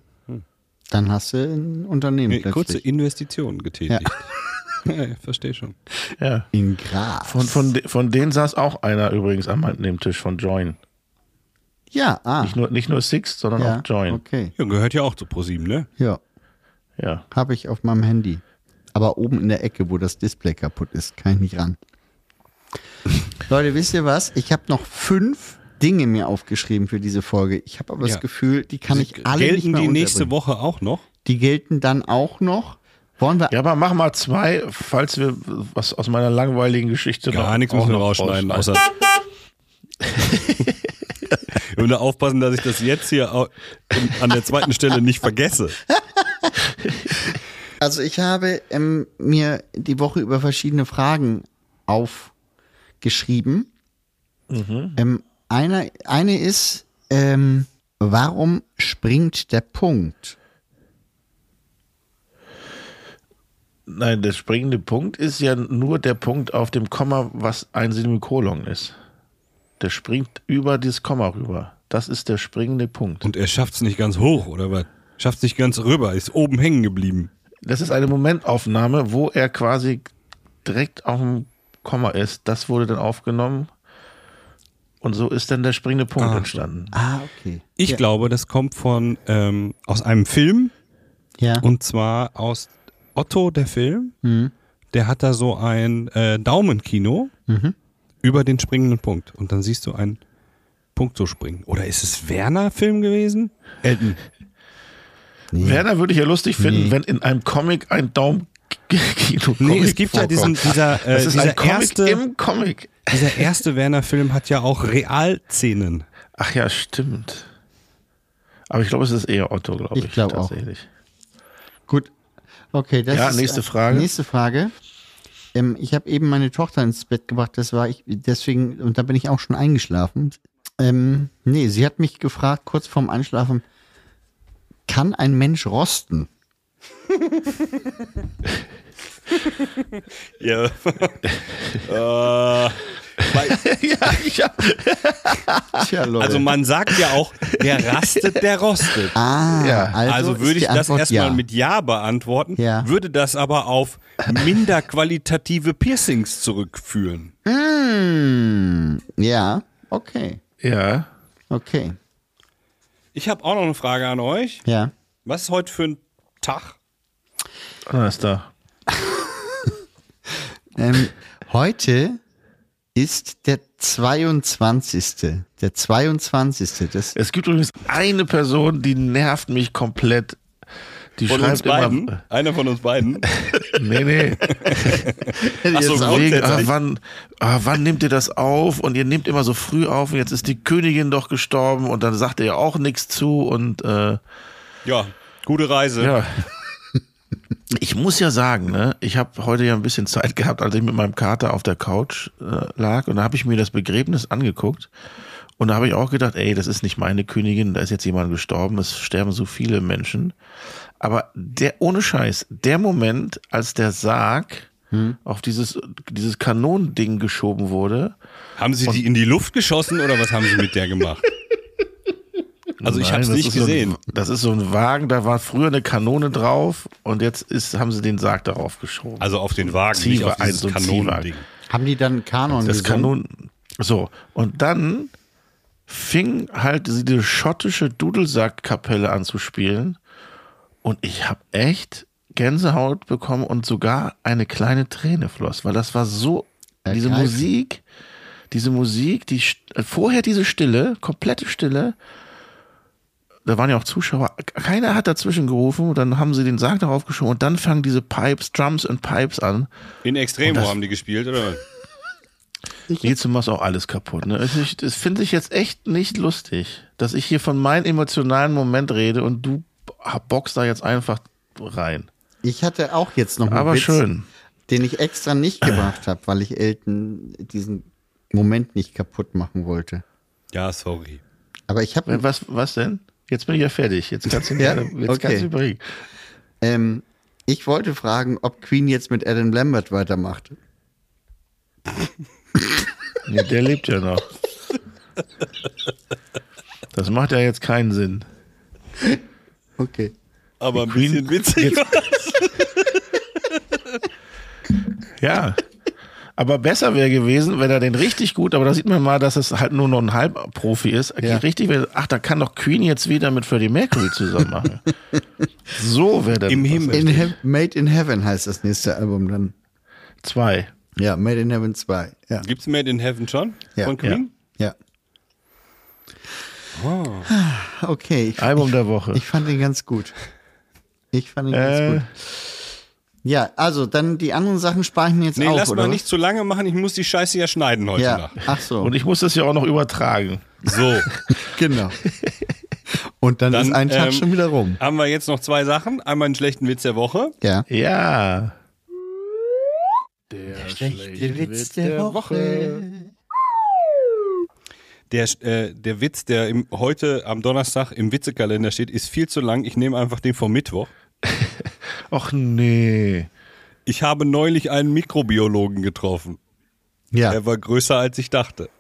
A: Dann hast du ein Unternehmen
C: Nee, kurze
A: plötzlich.
C: Investition getätigt. Ja. ja, verstehe schon.
B: ja.
A: In Gras.
B: Von, von, de- von denen saß auch einer übrigens am Tisch von Join.
A: ja, ah.
B: Nicht nur, nicht nur Six, sondern
A: ja,
B: auch Join.
A: Okay.
C: Ja, gehört ja auch zu ProSieben, ne?
A: Ja,
B: Ja.
A: habe ich auf meinem Handy. Aber oben in der Ecke, wo das Display kaputt ist, kann ich nicht ran. Leute, wisst ihr was? Ich habe noch fünf Dinge mir aufgeschrieben für diese Folge. Ich habe aber
C: Ja.
A: das Gefühl, die kann ich alle
C: Gelten
A: nicht mehr
C: die nächste
A: unterbringen.
C: Woche auch noch?
A: Die gelten dann auch noch. Wollen wir
B: Ja, aber mach mal zwei, falls wir was aus meiner langweiligen Geschichte
C: Gar
B: noch-
C: nichts
B: auch
C: müssen wir
B: noch
C: rausschneiden, außer. Und da aufpassen, dass ich das jetzt hier au- an der zweiten Stelle nicht vergesse.
A: Also ich habe ähm, mir die Woche über
C: Mhm.
A: verschiedene Fragen aufgeschrieben. Ähm, Einer, eine ist, ähm, warum springt der Punkt?
B: Nein, der springende Punkt ist ja nur der Punkt auf dem Komma, was ein Semikolon ist. Der springt über dieses Komma rüber. Das ist der springende Punkt.
C: Und er schafft es nicht ganz hoch, oder was? Schafft es nicht ganz rüber, ist oben hängen geblieben.
B: Das ist eine Momentaufnahme, wo er quasi direkt auf dem Komma ist. Das wurde dann aufgenommen. Und so ist dann der springende Punkt
C: Ah.
B: entstanden.
A: Ah, okay.
C: Ich
A: ja.
C: glaube, das kommt von ähm, aus einem Film,
A: Ja.
C: Und zwar aus Otto, der Film.
B: Mhm.
C: Der hat da so ein äh, Daumenkino
B: Mhm.
C: über den springenden Punkt. Und dann siehst du einen Punkt so springen. Oder ist es Werner-Film gewesen? Äh, Elton.
B: Werner würde ich ja lustig finden, wenn in einem Comic ein Daumen Kino
C: Nee, es gibt ja diesen, dieser, äh,
B: das ist ein
C: dieser,
B: Comic
C: erste,
B: im Comic.
C: dieser erste Werner-Film hat ja auch Realszenen.
B: Ach ja, stimmt. Aber ich glaube, es ist eher Otto, glaube ich.
A: Ich glaube auch.
B: tatsächlich.
A: Gut. Okay, das
B: Ja,
A: ist, äh,
B: nächste Frage.
A: Nächste Frage. Ähm, ich habe eben meine Tochter ins Bett gebracht, das war ich, deswegen, und da bin ich auch schon eingeschlafen. Ähm, nee, sie hat mich gefragt, kurz vorm Einschlafen, kann ein Mensch rosten?
C: Ja.
B: ja, ich hab,
A: Tja, Leute.
C: also man sagt ja auch, wer rastet, der rostet.
A: ah,
B: Ja,
A: also,
C: Also,
A: ist
C: würde
A: die
C: ich das
A: Antwort
C: erstmal
A: ja.
C: mit Ja beantworten,
A: Ja.
C: würde das aber auf minder qualitative Piercings zurückführen.
A: Mm, ja, okay.
B: ja.
A: Okay.
C: Ich habe auch noch eine Frage an euch.
A: Ja.
C: Was ist heute für ein Tag?
B: Na, Ah, ist da.
A: Ähm, heute ist der 22. Der 22. Das,
B: Es gibt übrigens eine Person, die nervt mich komplett. Die
C: Von uns
B: schreibt
C: beiden?
B: immer. äh,
C: Einer von uns beiden?
B: Nee, nee.
C: Ach so,
B: Jetzt
C: grundsätzlich.
B: wegen, ah, wann, ah, wann nehmt ihr das auf? Und ihr nehmt immer so früh auf und jetzt ist die Königin doch gestorben und dann sagt ihr ja auch nichts zu und äh,
C: Ja, gute Reise.
B: ja. Ich muss ja sagen, ne, ich habe heute ja ein bisschen Zeit gehabt, als ich mit meinem Kater auf der Couch äh, lag und da habe ich mir das Begräbnis angeguckt und da habe ich auch gedacht, ey, das ist nicht meine Königin, da ist jetzt jemand gestorben, es sterben so viele Menschen. Aber der, ohne Scheiß, der Moment, als der Sarg
C: Hm.
B: auf dieses, dieses Kanonending geschoben wurde,
C: Haben Sie die in die Luft geschossen oder was haben Sie mit der gemacht? Also ich
B: Nein,
C: habe es
B: das
C: nicht
B: ist so ein-
C: gesehen.
B: das ist so ein Wagen, da war früher eine Kanone drauf und jetzt ist, haben sie den Sarg darauf geschoben.
C: Also auf den Wagen, nicht
B: Ziehwagen,
C: auf dieses
B: so ein
C: Kanonending.
B: Ziehwagen.
A: haben die dann Kanon gesungen?
B: das Kanonen. So, und dann fing halt diese schottische Dudelsackkapelle an zu spielen und ich habe echt Gänsehaut bekommen und sogar eine kleine Träne floss, weil das war so, diese
A: Ergreifend.
B: Musik, diese Musik, die st- vorher diese Stille, komplette Stille, da waren ja auch Zuschauer, keiner hat dazwischen gerufen und dann haben sie den Sarg darauf geschoben und dann fangen diese Pipes, Drums und Pipes an.
C: In Extremo
B: Und das-
C: haben die gespielt, oder?
B: Nils, du machst auch alles kaputt. Ne? Es ist- Das finde ich jetzt echt nicht lustig, dass ich hier von meinem emotionalen Moment rede und du boxst da jetzt einfach rein.
A: Ich hatte auch jetzt noch einen
B: Aber
A: Witz,
B: schön.
A: den ich extra nicht gebracht habe, weil ich Elton diesen Moment nicht kaputt machen wollte.
C: Ja, sorry.
A: Aber ich habe
B: Was, was denn? Jetzt bin ich ja fertig. Jetzt kannst du,
A: Ja,
B: gerne- jetzt
A: okay.
B: kannst du überlegen.
A: ähm, ich wollte fragen, ob Queen jetzt mit Adam Lambert weitermacht.
B: Nee, der lebt ja noch. Das macht ja jetzt keinen Sinn.
A: Okay.
C: Aber ein
B: Queen-
C: bisschen witzig.
B: Ja. Aber besser wäre gewesen, wenn er den richtig gut, aber da sieht man mal, dass es halt nur noch ein Halbprofi ist. Richtig wäre, ach, da kann doch Queen jetzt wieder mit Freddie Mercury zusammen machen. so wäre der.
C: Im
B: was
C: Himmel.
A: In He Made in Heaven heißt das nächste Album dann.
B: Zwei.
A: Ja, Made in Heaven 2. Ja.
C: Gibt's Made in Heaven schon?
A: Ja.
C: Von Queen?
A: ja. Okay, ich,
B: Album der Woche.
A: ich fand ihn ganz gut. Ich fand ihn
B: Äh.
A: ganz gut. Ja, also dann die anderen Sachen spare ich mir jetzt
C: Nee,
A: auf,
C: lass
A: oder
C: mal
A: was?
C: nicht zu lange machen. Ich muss die Scheiße ja schneiden heute
A: Ja,
C: Nacht.
A: ach so.
B: Und ich muss das ja auch noch übertragen.
C: So,
A: genau. Und dann,
C: dann
A: ist ein Tag
C: ähm,
A: schon wieder rum.
C: Haben wir jetzt noch zwei Sachen. Einmal einen schlechten Witz der Woche.
A: Ja.
B: Ja.
A: Der schlechte Witz der Woche.
C: der, äh, der Witz, der im, heute am Donnerstag im Witzekalender steht, ist viel zu lang. Ich nehme einfach den vom Mittwoch.
B: Och nee.
C: Ich habe neulich einen Mikrobiologen getroffen.
A: Ja.
C: Er war größer, als ich dachte.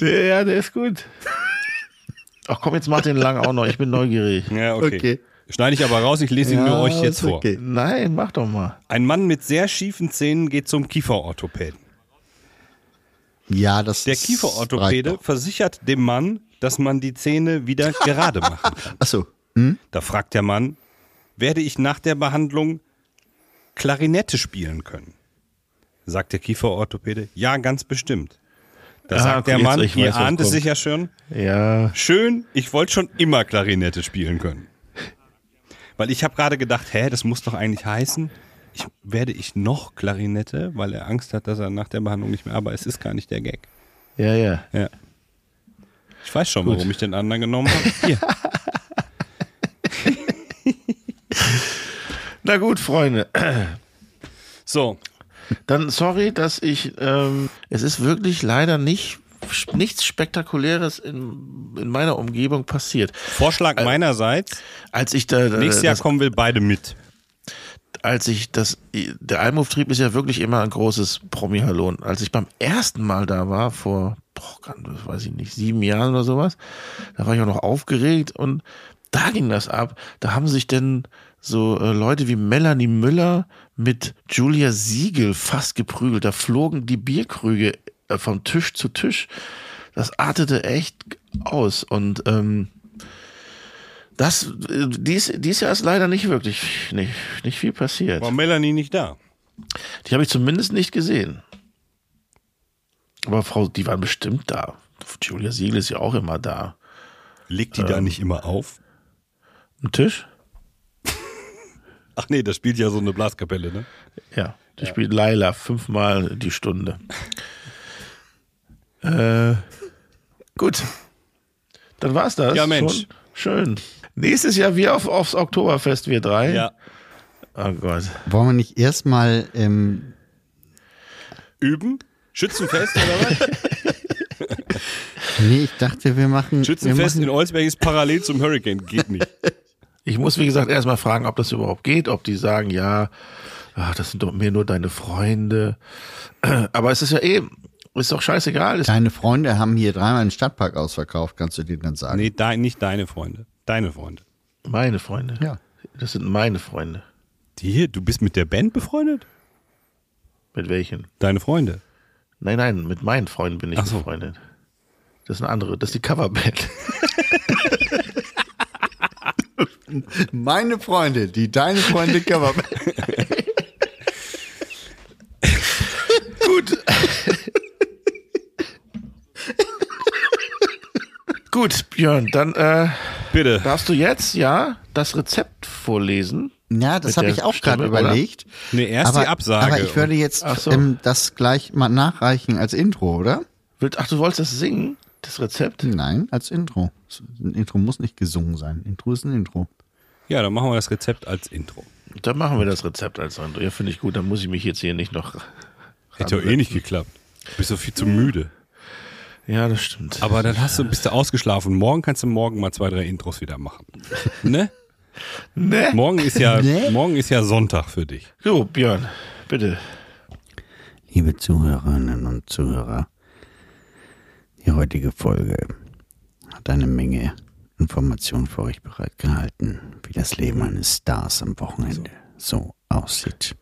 B: Der, ja, der ist gut. Ach komm, jetzt mach den lang auch noch. Ich bin neugierig.
C: Ja, okay.
A: Okay.
C: Schneide ich aber raus, ich lese ihn nur euch jetzt
A: ist
C: vor.
A: okay.
B: Nein, mach doch mal.
C: Ein Mann mit sehr schiefen Zähnen geht zum Kieferorthopäden.
A: Ja, das
C: Der
A: ist
C: Kieferorthopäde
A: breit.
C: versichert dem Mann, dass man die Zähne wieder gerade machen kann.
A: Ach so.
C: Da fragt der Mann, werde ich nach der Behandlung Klarinette spielen können? Sagt der Kieferorthopäde, ja, ganz bestimmt. Da
B: Ah,
C: sagt der
B: jetzt,
C: Mann,
B: ich
C: ihr
B: weiß, was
C: ahnt es
B: kommt."
C: sicher schon,
B: Ja.
C: schön, ich wollte schon immer Klarinette spielen können. Weil ich habe gerade gedacht, hä, das muss doch eigentlich heißen, ich, werde ich noch Klarinette, weil er Angst hat, dass er nach der Behandlung nicht mehr, aber es ist gar nicht der Gag.
B: Ja, ja.
C: Ja. Ich weiß schon, warum ich den anderen genommen habe. Hier.
B: Na gut, Freunde.
C: So,
B: Dann sorry, dass ich. Ähm, es ist wirklich leider nicht nichts Spektakuläres in, in meiner Umgebung passiert.
C: Vorschlag
B: Äh,
C: meinerseits.
B: Als ich da, da
C: Nächstes Jahr
B: das,
C: kommen wir beide mit.
B: als ich das, der Almuftrieb ist ja wirklich immer ein großes Promi-Hallon. Als ich beim ersten Mal da war, vor, boah, kann- das weiß ich nicht, sieben Jahren oder sowas, da war ich auch noch aufgeregt und da ging das ab. Da haben sich denn so äh, Leute wie Melanie Müller mit Julia Siegel fast geprügelt. Da flogen die Bierkrüge äh, vom Tisch zu Tisch. Das artete echt aus und, ähm, das, äh, dies, dies Jahr ist leider nicht wirklich, nicht, nicht viel passiert.
C: War Melanie nicht da?
B: Die habe ich zumindest nicht gesehen. Aber Frau, die waren bestimmt da. Julia Siegel ist ja auch immer da.
C: Legt die da nicht immer auf?
B: Am Tisch?
C: Ach nee, das spielt ja so eine Blaskapelle, ne?
B: Ja. Die spielt Laila fünfmal die Stunde. äh, gut. Dann war's das.
C: Ja, Mensch.
B: Schon? Schön. Nächstes Jahr wir auf, aufs Oktoberfest, wir drei.
C: Ja.
B: Oh Gott.
A: Wollen wir nicht erstmal ähm,
C: Üben? Schützenfest oder was?
A: Nee, ich dachte, wir machen.
C: Schützenfest
A: wir
C: in
A: machen,
C: Olsberg ist parallel zum Hurricane. Geht nicht.
B: Ich muss, wie gesagt, erstmal fragen, ob das überhaupt geht, ob die sagen, ja, ach, das sind doch mir nur deine Freunde. Aber es ist ja eben, ist doch scheißegal. Ist,
A: Deine Freunde haben hier dreimal einen Stadtpark ausverkauft, kannst du denen dann sagen.
C: Nee, de nicht deine Freunde. Deine Freunde.
B: meine Freunde.
A: Ja.
B: Das sind meine Freunde.
C: Die hier, du bist mit der Band befreundet?
B: Mit welchen?
C: Deine Freunde.
B: Nein, nein, mit meinen Freunden bin ich
C: Ach so.
B: befreundet. Das ist eine andere, das ist die Coverband.
A: Meine Freunde, die deine Freunde cover.
B: Gut. Gut, Björn, dann äh,
C: Bitte.
B: darfst du jetzt, ja, das Rezept vorlesen.
A: Ja, das
B: Mit
A: habe
B: der
A: ich auch gerade
B: Stimme, oder?
A: überlegt.
C: Nee, erst die Absage.
A: Aber ich würde jetzt
B: Ach so.
A: ähm, das gleich mal nachreichen als Intro, oder?
B: Willst- Ach, du wolltest das singen, das Rezept?
A: Nein, als Intro. Ein Intro muss nicht gesungen sein. Intro ist ein Intro.
C: Ja, dann machen wir das Rezept als Intro.
B: Dann machen wir das Rezept als Sandro. Ja, finde ich gut. Dann muss ich mich jetzt hier nicht noch.
C: Hätte ja eh nicht geklappt. Du bist so viel zu müde.
B: Ja, das stimmt.
C: Aber dann hast du, bist du ausgeschlafen. Morgen kannst du morgen mal zwei, drei Intros wieder machen. Ne?
B: ne?
C: Morgen ist ja,
A: Ne?
C: morgen ist ja Sonntag für dich.
B: So, Björn, bitte.
A: Liebe Zuhörerinnen und Zuhörer, die heutige Folge hat eine Menge Informationen für euch bereitgehalten, wie das Leben eines Stars am Wochenende so aussieht.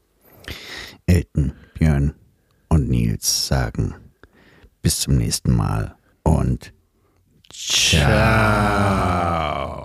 A: Elton, Björn und Nils sagen bis zum nächsten Mal und ciao.